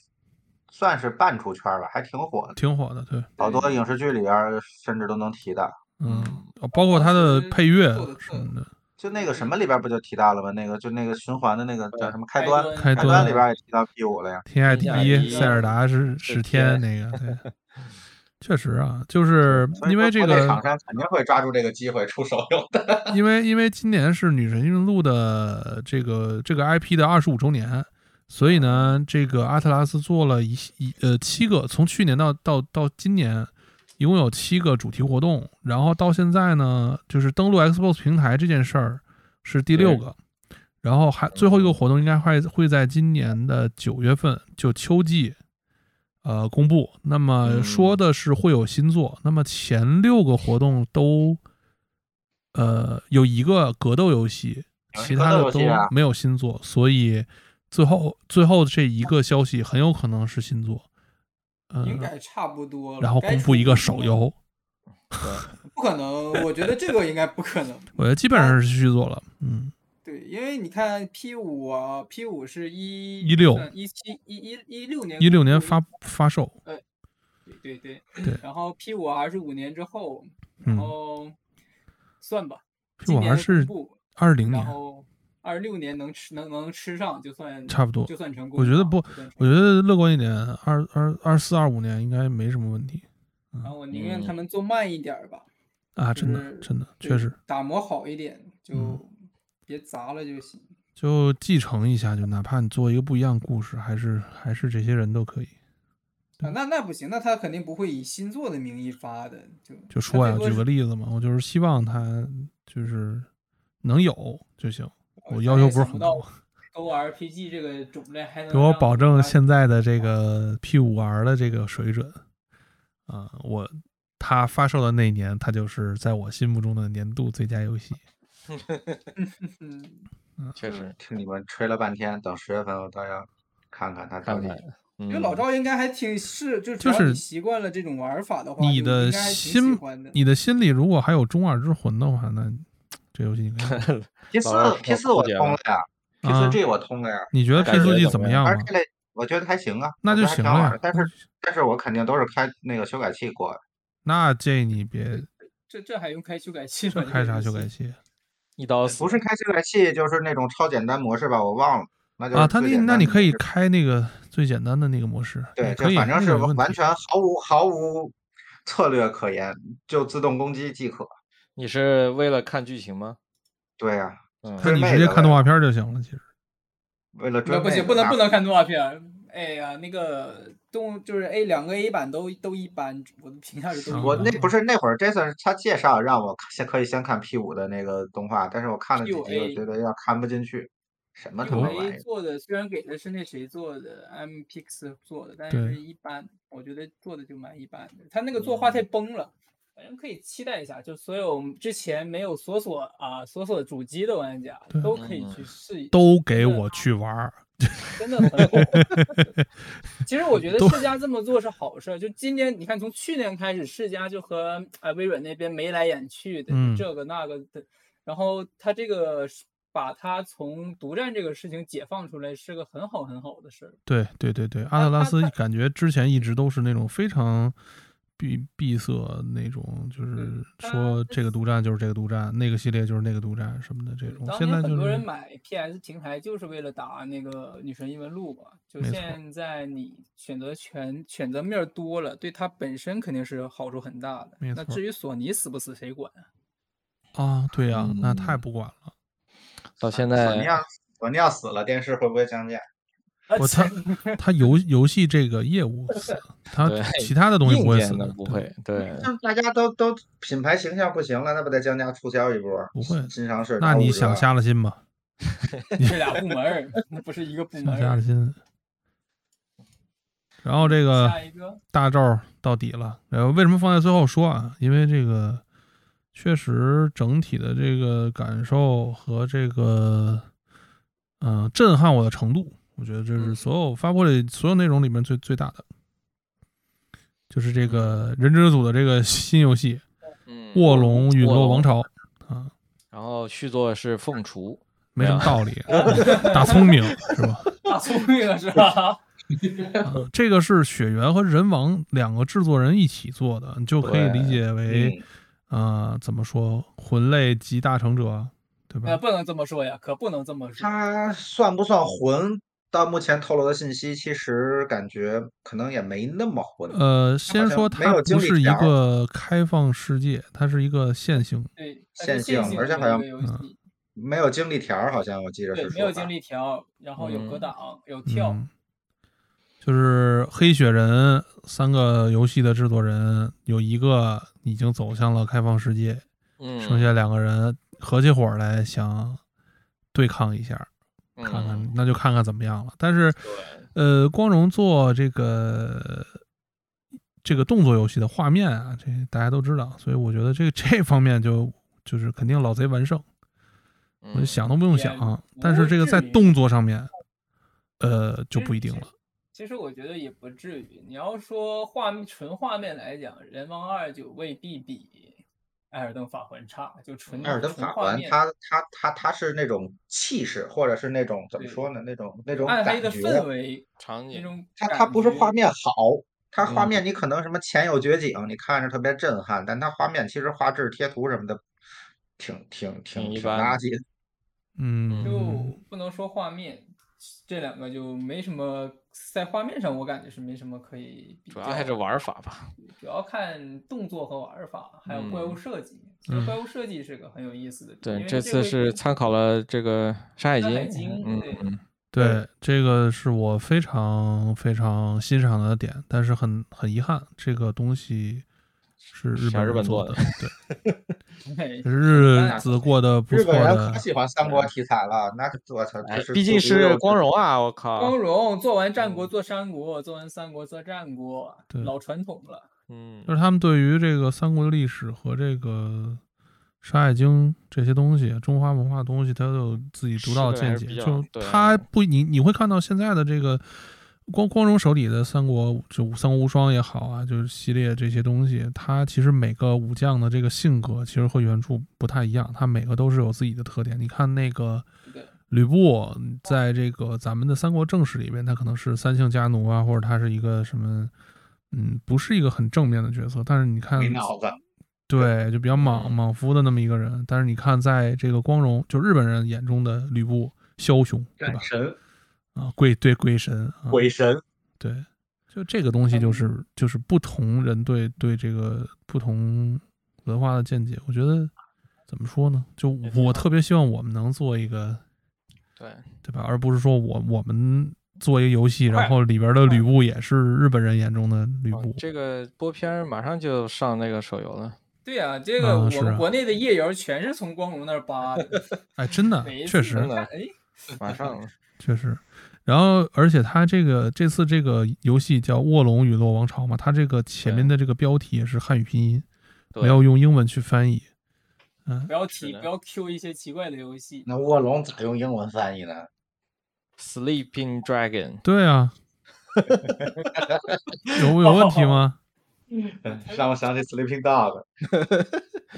Speaker 5: 算是半出圈儿吧，还挺火的，
Speaker 2: 挺火的，对，
Speaker 5: 好多影视剧里边儿甚至都能提到。
Speaker 2: 嗯，包括它
Speaker 5: 哦
Speaker 2: 的配乐
Speaker 4: 做得特
Speaker 2: 什么的，
Speaker 5: 就那个什么里边儿不就提到了吗？那个就那个循环的那个叫什么开端，
Speaker 2: 开
Speaker 5: 开
Speaker 2: 端
Speaker 5: 端里边儿也提到 P 五了呀。
Speaker 2: 天下第
Speaker 3: 天下第
Speaker 5: E
Speaker 2: 一，
Speaker 3: 一
Speaker 2: E，塞尔达是十天那个，对，确实啊，就是
Speaker 5: 所以
Speaker 2: 因
Speaker 5: 说
Speaker 2: 为这
Speaker 5: 国内
Speaker 2: 个
Speaker 5: 厂商肯定会抓住这个机会出手游 的。
Speaker 2: 因为因为今年是女神异闻录的这个这个 IP 的二十五周年，所以呢，这个阿特拉斯做了一系一呃七个，从去年到到到今年，一共有七个主题活动，然后到现在呢，就是登录 Xbox 平台这件事儿是第六个，然后还最后一个活动应该会会在今年的九月份，就秋季。呃，公布。那么
Speaker 5: 嗯
Speaker 2: 说的是会有新作，那么前六个活动都呃，有一个格斗游戏，
Speaker 5: 有一
Speaker 2: 其
Speaker 5: 格
Speaker 2: 他
Speaker 5: 斗
Speaker 2: 的
Speaker 5: 游
Speaker 2: 都
Speaker 5: 戏啊
Speaker 2: 没有新作，所以最后最后这一个消息很有可能是新作，
Speaker 4: 应
Speaker 2: 嗯，
Speaker 4: 该差不多了。
Speaker 2: 然后
Speaker 4: 哦该
Speaker 2: 公
Speaker 4: 出
Speaker 2: 布一个
Speaker 4: 了
Speaker 2: 手，游，
Speaker 4: 不可能，我觉得这个应该不可能。
Speaker 2: 我觉得基本上是续作了，嗯，
Speaker 4: 对，因为你看 P 五啊，P 五是一
Speaker 2: 16
Speaker 4: 一七一一一六年
Speaker 2: 一六年
Speaker 4: 公布
Speaker 2: 发发售，
Speaker 4: 的，对对
Speaker 2: 对
Speaker 4: 然后 P 五还是五年之后，然
Speaker 2: 嗯
Speaker 4: 后算吧，
Speaker 2: ，P
Speaker 4: 哦今
Speaker 2: 五
Speaker 4: 年
Speaker 2: 还是
Speaker 4: 公布
Speaker 2: 二零
Speaker 4: 然
Speaker 2: 年，
Speaker 4: 后二六年能吃能能吃上就算
Speaker 2: 差不多
Speaker 4: 就算成功
Speaker 2: 我
Speaker 4: 了。
Speaker 2: 觉得不嗯
Speaker 4: 就算成
Speaker 2: 我觉得乐观一点，二二二四二五年应该没什么问题
Speaker 4: 功然后我宁愿他们做慢一点儿吧，
Speaker 2: 啊，
Speaker 4: 就
Speaker 2: 真的
Speaker 4: 是
Speaker 2: 真的
Speaker 4: 对
Speaker 2: 确实，
Speaker 4: 打磨好一点，就
Speaker 2: 嗯
Speaker 4: 别砸了就行。
Speaker 2: 就继承一下，就哪怕你做一个不一样的故事，还是还是这些人都可以，
Speaker 4: 啊，那那不行，那他肯定不会以新作的名义发的，就
Speaker 2: 就
Speaker 4: 他
Speaker 2: 说
Speaker 4: 最
Speaker 2: 呀，
Speaker 4: 多
Speaker 2: 举
Speaker 4: 是
Speaker 2: 个例子嘛，我就是希望他就是能有就行，我
Speaker 4: 哦咱
Speaker 2: 要
Speaker 4: 也
Speaker 2: 求不是
Speaker 4: 想
Speaker 2: 很
Speaker 4: 到
Speaker 2: 高，
Speaker 4: O R P G 这个种类还能
Speaker 2: 给我
Speaker 4: 让
Speaker 2: 保证
Speaker 4: 玩
Speaker 2: 现在的
Speaker 4: 嗯
Speaker 2: 这个 P 五 R 的这个水准啊、我它发售的那年，它就是在我心目中的年度最佳游戏。
Speaker 4: 嗯，
Speaker 3: 确实
Speaker 5: 听你们吹了半天，等十月份我倒要看看它到
Speaker 3: 看
Speaker 5: 底
Speaker 3: 看。
Speaker 4: 因
Speaker 3: 嗯，
Speaker 4: 为老赵应该还挺是，就
Speaker 2: 就
Speaker 4: 只要你
Speaker 2: 是
Speaker 4: 习惯了这种玩法的话，
Speaker 2: 你
Speaker 4: 你
Speaker 2: 的
Speaker 4: 应该还挺
Speaker 2: 心
Speaker 4: 喜欢的。
Speaker 2: 你的心里如果还有《中二之魂》的话，那这游戏 你看
Speaker 5: P 四
Speaker 3: 老
Speaker 5: P 四我
Speaker 3: 老
Speaker 5: 通了呀，P
Speaker 2: 啊
Speaker 5: 四 G 我通了呀，
Speaker 2: 你觉得
Speaker 5: 感
Speaker 2: P 四
Speaker 3: 觉
Speaker 2: G
Speaker 3: 怎
Speaker 2: 怎
Speaker 3: 么
Speaker 2: 么样
Speaker 5: 而
Speaker 2: 嘛？
Speaker 5: 这类我觉得还行啊，
Speaker 2: 那
Speaker 5: 我觉
Speaker 2: 就
Speaker 5: 得还
Speaker 2: 行
Speaker 5: 挺
Speaker 2: 了
Speaker 5: 好玩
Speaker 2: 呀
Speaker 5: 的。。但
Speaker 2: 那
Speaker 5: 是但是我肯定都是开那个修改器过
Speaker 4: 哦
Speaker 5: 的，
Speaker 2: 那建议你别
Speaker 4: 这这还用开修改器吗？
Speaker 2: 这
Speaker 4: 这个
Speaker 2: 开
Speaker 4: 游
Speaker 2: 啥修
Speaker 4: 戏
Speaker 2: 改器
Speaker 3: 一刀死
Speaker 5: 哎不，是开修改器就是那种超简单模式吧，我忘了。那就是
Speaker 2: 啊？他
Speaker 5: 最
Speaker 2: 那
Speaker 5: 简
Speaker 2: 那
Speaker 5: 单
Speaker 2: 你
Speaker 5: 的
Speaker 2: 可以
Speaker 5: 模式
Speaker 2: 开那个最简单的那个模式，
Speaker 5: 对，
Speaker 2: 也
Speaker 5: 这
Speaker 2: 可以，
Speaker 5: 反正
Speaker 2: 那
Speaker 5: 是
Speaker 2: 没问
Speaker 5: 完
Speaker 2: 题
Speaker 5: 全毫无毫无策略可言，就自动攻击即可。
Speaker 3: 你是为了看剧情吗？
Speaker 5: 对啊呀、
Speaker 3: 嗯，
Speaker 2: 看你
Speaker 5: 妹
Speaker 2: 直接
Speaker 5: 的
Speaker 2: 看动
Speaker 5: 呗
Speaker 2: 画片儿就行了。其实
Speaker 5: 为了追
Speaker 4: 那不
Speaker 5: 妹
Speaker 4: 行，
Speaker 5: 子
Speaker 4: 不能
Speaker 5: 那
Speaker 4: 不能看动画片儿。哎呀，那个动就是 A 两个 A 版都都一般，我的评价
Speaker 2: 啊
Speaker 4: 是都一
Speaker 5: 我
Speaker 4: 般
Speaker 5: 那不是那会儿 Jason 他介绍让我先可以先看 P 五的那个动画，但是我看了几
Speaker 4: P5
Speaker 5: 集，我
Speaker 4: A
Speaker 5: 觉得要看不进去，什
Speaker 2: 啊
Speaker 5: 么他妈玩
Speaker 4: A
Speaker 5: 意儿，
Speaker 4: 做的虽然给的是那谁做的，M Pix 做的，但
Speaker 2: 对
Speaker 4: 是一般，我觉得做的就蛮一般的。他那个作
Speaker 2: 嗯
Speaker 4: 画太崩了，反正可以期待一下。就所有之前没有索索啊索索主机的玩家
Speaker 2: 对
Speaker 4: 都可以
Speaker 3: 嗯
Speaker 4: 去试一，
Speaker 2: 都给
Speaker 5: 啊
Speaker 2: 我去玩儿，
Speaker 4: 真的很 火。其实我觉得
Speaker 2: 都
Speaker 4: 世嘉这么做是好事儿。就今年，你看从去年开始，世嘉就和呃微软那边眉来眼去的，
Speaker 2: 嗯
Speaker 4: 这个那个的。然后他这个是把他从独占这个事情解放出来，是个很好很好的事儿。
Speaker 2: 对对对对，阿特拉斯感觉之前一直都是那种非常闭闭塞那种，就是
Speaker 4: 对
Speaker 2: 说
Speaker 4: 它
Speaker 2: 这个独占就是这个独占，那个系列就是那个独占什么的这种。
Speaker 4: 当
Speaker 2: 现在
Speaker 4: 年很
Speaker 2: 就
Speaker 4: 多人
Speaker 2: 是
Speaker 4: 买 PS 平台就是为了打那个《女神异闻录》嘛，就
Speaker 2: 没错
Speaker 4: 现在你选择权选择面儿多了，对它本身肯定是好处很大的。
Speaker 2: 没
Speaker 4: 那
Speaker 2: 错
Speaker 4: 至于索尼死不死，谁管啊？
Speaker 2: 啊，对呀、那太
Speaker 3: 嗯
Speaker 2: 不管 了。
Speaker 3: 到现
Speaker 5: 索
Speaker 3: 在
Speaker 5: 尼啊要索尼要死了，电视会不会降价？
Speaker 4: 啊
Speaker 2: 我他他游游戏这个业务死，他
Speaker 3: 对
Speaker 2: 其他的东西
Speaker 3: 硬
Speaker 2: 不会
Speaker 3: 件
Speaker 2: 死
Speaker 3: 的
Speaker 2: 的，
Speaker 3: 不
Speaker 2: 对
Speaker 3: 会，对，
Speaker 5: 像大家都都品牌形象不行了，那不得降价促销一波？
Speaker 2: 不会
Speaker 5: 新上市
Speaker 2: 那
Speaker 5: 打
Speaker 2: 你
Speaker 5: 五折
Speaker 2: 想瞎了心吧？
Speaker 4: 这俩部门儿，那不是一个部门
Speaker 2: 想
Speaker 4: 儿。
Speaker 2: 瞎了心。然后这个
Speaker 4: 下一个，
Speaker 2: 大招儿到底了。然后为什么放在最后说啊？因为这个确实整体的这个感受和这个嗯、呃震撼我
Speaker 4: 嗯
Speaker 2: 的程度，我觉得这是所有发布的所有内容里面最最大的。就是这
Speaker 4: 嗯
Speaker 2: 个人之组的这个新游戏
Speaker 3: 嗯，
Speaker 2: 《卧龙陨
Speaker 3: 卧
Speaker 2: 落
Speaker 3: 龙
Speaker 2: 王朝》，
Speaker 3: 然后续作是凤雏，
Speaker 2: 没
Speaker 4: 啊
Speaker 2: 什么道理， 打聪明是吧？
Speaker 4: 大聪明了是 吧？
Speaker 2: 啊这个是雪原和人王两个制作人一起做的，你就可以
Speaker 3: 对
Speaker 2: 理解为，啊、怎么说，魂类集大成者，对
Speaker 4: 那
Speaker 2: 吧？
Speaker 4: 呃不能这么说呀，可不能这么说。
Speaker 5: 它算不算混？到目前透露的信息，其实感觉可能也没那么混。
Speaker 2: 呃，先说
Speaker 5: 没
Speaker 2: 它
Speaker 5: 有
Speaker 2: 不
Speaker 5: 经
Speaker 2: 是
Speaker 5: 历
Speaker 2: 一
Speaker 5: 条
Speaker 2: 个开放世界，它是一个线性。
Speaker 4: 对，
Speaker 5: 线
Speaker 4: 它是线
Speaker 5: 性
Speaker 4: 性
Speaker 5: 而且
Speaker 4: 的
Speaker 5: 好像
Speaker 4: 一个游戏，
Speaker 5: 没有经历条儿，好像我记得
Speaker 4: 对
Speaker 5: 是，
Speaker 4: 没有
Speaker 5: 说
Speaker 4: 精
Speaker 5: 法。
Speaker 4: 力条，然后有格
Speaker 3: 嗯
Speaker 4: 挡，有跳，
Speaker 2: 嗯，就是黑雪人三个游戏的制作人有一个已经走向了开放世界，
Speaker 3: 嗯，
Speaker 2: 剩下两个人合起伙儿来想对抗一下，
Speaker 3: 看
Speaker 2: 看看那就看看怎么样了。但是
Speaker 3: 嗯对，
Speaker 2: 呃，光荣做这个这个动作游戏的画面啊，这大家都知道，所以我觉得这 这方面就就是肯定老贼完胜，我就
Speaker 3: 嗯
Speaker 2: 想都不用
Speaker 4: 也
Speaker 2: 想
Speaker 4: 无。
Speaker 2: 但是这个
Speaker 4: 至
Speaker 2: 在
Speaker 4: 于
Speaker 2: 动作上面，呃，就不一定了。
Speaker 4: 其实我觉得也不至于。你要说画面纯画面来讲，《人王二》就未必比《艾尔登法环》差，就纯
Speaker 5: 艾尔登
Speaker 4: 纯
Speaker 5: 法
Speaker 4: 画
Speaker 5: 环，
Speaker 4: 面，
Speaker 5: 它它它它是那种气势，或者是那种怎么
Speaker 4: 对
Speaker 5: 说呢？那种那种
Speaker 4: 暗黑
Speaker 5: 感
Speaker 4: 的
Speaker 5: 觉。
Speaker 4: 氛围
Speaker 3: 场
Speaker 4: 那
Speaker 3: 景，
Speaker 4: 种
Speaker 5: 它
Speaker 4: 感
Speaker 5: 它不是
Speaker 4: 觉
Speaker 5: 画面好，它画
Speaker 3: 嗯
Speaker 5: 面你可能什么前有绝景，你看着特别震撼，但它画面其实画质贴图什么的，挺挺挺
Speaker 3: 一
Speaker 5: 挺
Speaker 3: 般
Speaker 5: 垃
Speaker 3: 的
Speaker 5: 圾的。
Speaker 2: 嗯，
Speaker 4: 就不能说画面，这两个就没什么在画面上，我感觉是没什么可以比
Speaker 3: 主
Speaker 4: 较
Speaker 3: 要还是
Speaker 4: 的
Speaker 3: 玩法吧。
Speaker 4: 主要看动作和玩法，还有怪物
Speaker 3: 嗯
Speaker 4: 设计。其实
Speaker 2: 嗯
Speaker 4: 怪物设计是个很有意思的，因
Speaker 3: 对，
Speaker 4: 为
Speaker 3: 这次
Speaker 4: 回
Speaker 3: 是参考了这个《山海经
Speaker 4: 山海》经
Speaker 3: 嗯，
Speaker 4: 对
Speaker 3: 嗯
Speaker 2: 对，这个是我非常非常欣赏的点，但是很很遗憾，这这个东西是日
Speaker 3: 小
Speaker 2: 本
Speaker 3: 日
Speaker 2: 人
Speaker 3: 本
Speaker 2: 做
Speaker 3: 做
Speaker 2: 的，对。
Speaker 4: 对
Speaker 2: 嗯日子过得不
Speaker 5: 日
Speaker 2: 错
Speaker 5: 本人
Speaker 2: 的
Speaker 5: 可，喜欢三国题材了，那我操，这
Speaker 3: 哎
Speaker 5: 是
Speaker 3: 毕
Speaker 5: 左
Speaker 3: 竟
Speaker 5: 顾右
Speaker 3: 是
Speaker 5: 盼
Speaker 3: 光荣啊！我
Speaker 4: 光
Speaker 3: 靠，
Speaker 4: 荣做完战国做三国，做完三国做战国，
Speaker 2: 对
Speaker 4: 老传统了。
Speaker 3: 嗯
Speaker 2: 就是他们对于这个三国的历史和这个《山海经》这些东西、中华文化的东西，他都有自己独到的
Speaker 3: 是的还
Speaker 2: 见
Speaker 3: 是
Speaker 2: 解
Speaker 3: 比。较
Speaker 2: 就
Speaker 3: 对
Speaker 2: 他不，你你会看到现在的这个光光荣手里的三国，就三国无双也好啊，就是系列这些东西，它其实每个武将的这个性格其实和原著不太一样，它每个都是有自己的特点。你看那个。
Speaker 4: 对，
Speaker 2: 吕布在这个咱们的三国正史里边，他可能是三姓家奴啊，或者他是一个什么，嗯，不是一个很正面的角色。但是你看
Speaker 5: 没，脑子，
Speaker 2: 对，就比较
Speaker 5: 嗯
Speaker 2: 莽莽夫的那么一个人。但是你看，在这个光荣，就日本人眼中的吕布，枭雄，对吧
Speaker 5: 战？神
Speaker 2: 啊，鬼对鬼神，啊、
Speaker 5: 鬼神，嗯
Speaker 2: 对，就这个东西就是就是不同人对对这个不同文化的见解。我觉得怎么说呢？就
Speaker 5: 嗯
Speaker 3: 也挺
Speaker 2: 我
Speaker 3: 好
Speaker 2: 特别希望我们能做一个。
Speaker 3: 对，
Speaker 2: 对吧？而不是说我我们做一个游戏，
Speaker 4: 快
Speaker 2: 然后里边的吕布也是日本人眼中的吕
Speaker 3: 哦
Speaker 2: 布。
Speaker 3: 这个播片儿马上就上那个手游了。
Speaker 4: 对呀、这
Speaker 2: 啊
Speaker 4: 个我
Speaker 2: 是
Speaker 4: 们
Speaker 2: 啊
Speaker 4: 国内的页游全是从光荣那儿 扒的，
Speaker 2: 哎，真的
Speaker 4: 每一，次
Speaker 2: 确
Speaker 4: 一
Speaker 2: 实
Speaker 3: 的
Speaker 4: 看哎，
Speaker 3: 马 上了，
Speaker 2: 确实。然后，而且他这个这次这个游戏叫《卧龙陨落王朝》嘛，他这个前面的这个标题也是汉语拼音，
Speaker 3: 对
Speaker 2: 没有用英文去翻译。
Speaker 4: 不要提，
Speaker 3: 嗯的
Speaker 4: 不要 Q 一些奇怪的游戏。
Speaker 5: 那卧龙咋用英文翻译呢？
Speaker 3: Sleeping Dragon，
Speaker 2: 对啊，有有问题吗？
Speaker 5: 让我想起 Sleeping Dog，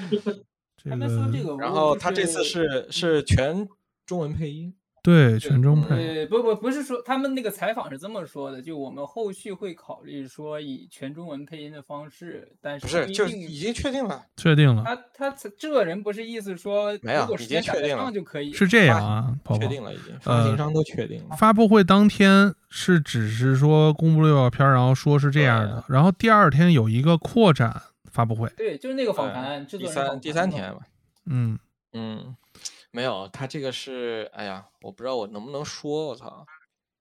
Speaker 2: 这
Speaker 4: 他们说这
Speaker 2: 个
Speaker 4: 个，
Speaker 3: 然后他这次哦是嗯是全中文配音，
Speaker 2: 对全中配，
Speaker 4: 呃，不不不是说他们那个采访是这么说的，就我们后续会考虑说以全中文配音的方式，但
Speaker 3: 不
Speaker 4: 是
Speaker 3: 是
Speaker 4: 不一
Speaker 3: 就
Speaker 4: 定
Speaker 3: 已经确定了，
Speaker 2: 确定了
Speaker 4: 他他这个人不是意思说
Speaker 3: 没有
Speaker 4: 如果
Speaker 3: 已
Speaker 4: 时
Speaker 3: 经
Speaker 4: 间赶
Speaker 3: 确
Speaker 4: 得
Speaker 3: 定了
Speaker 4: 上就可以
Speaker 2: 是这样啊，宝
Speaker 3: 确
Speaker 2: 宝。
Speaker 3: 定了已经，发
Speaker 4: 呃
Speaker 3: 行商都确定了。
Speaker 2: 发布会当天是只是说公布了预告片，然后说是这样的，然后第二天有一个扩展发布会，
Speaker 4: 对，就是那个访
Speaker 3: 嗯
Speaker 4: 谈，制
Speaker 3: 第
Speaker 4: 作人访
Speaker 3: 三第
Speaker 4: 谈
Speaker 3: 三
Speaker 4: 嘛
Speaker 3: 天吧，
Speaker 2: 嗯，
Speaker 3: 嗯，没有，他这个是，哎呀，我不知道我能不能说，我操，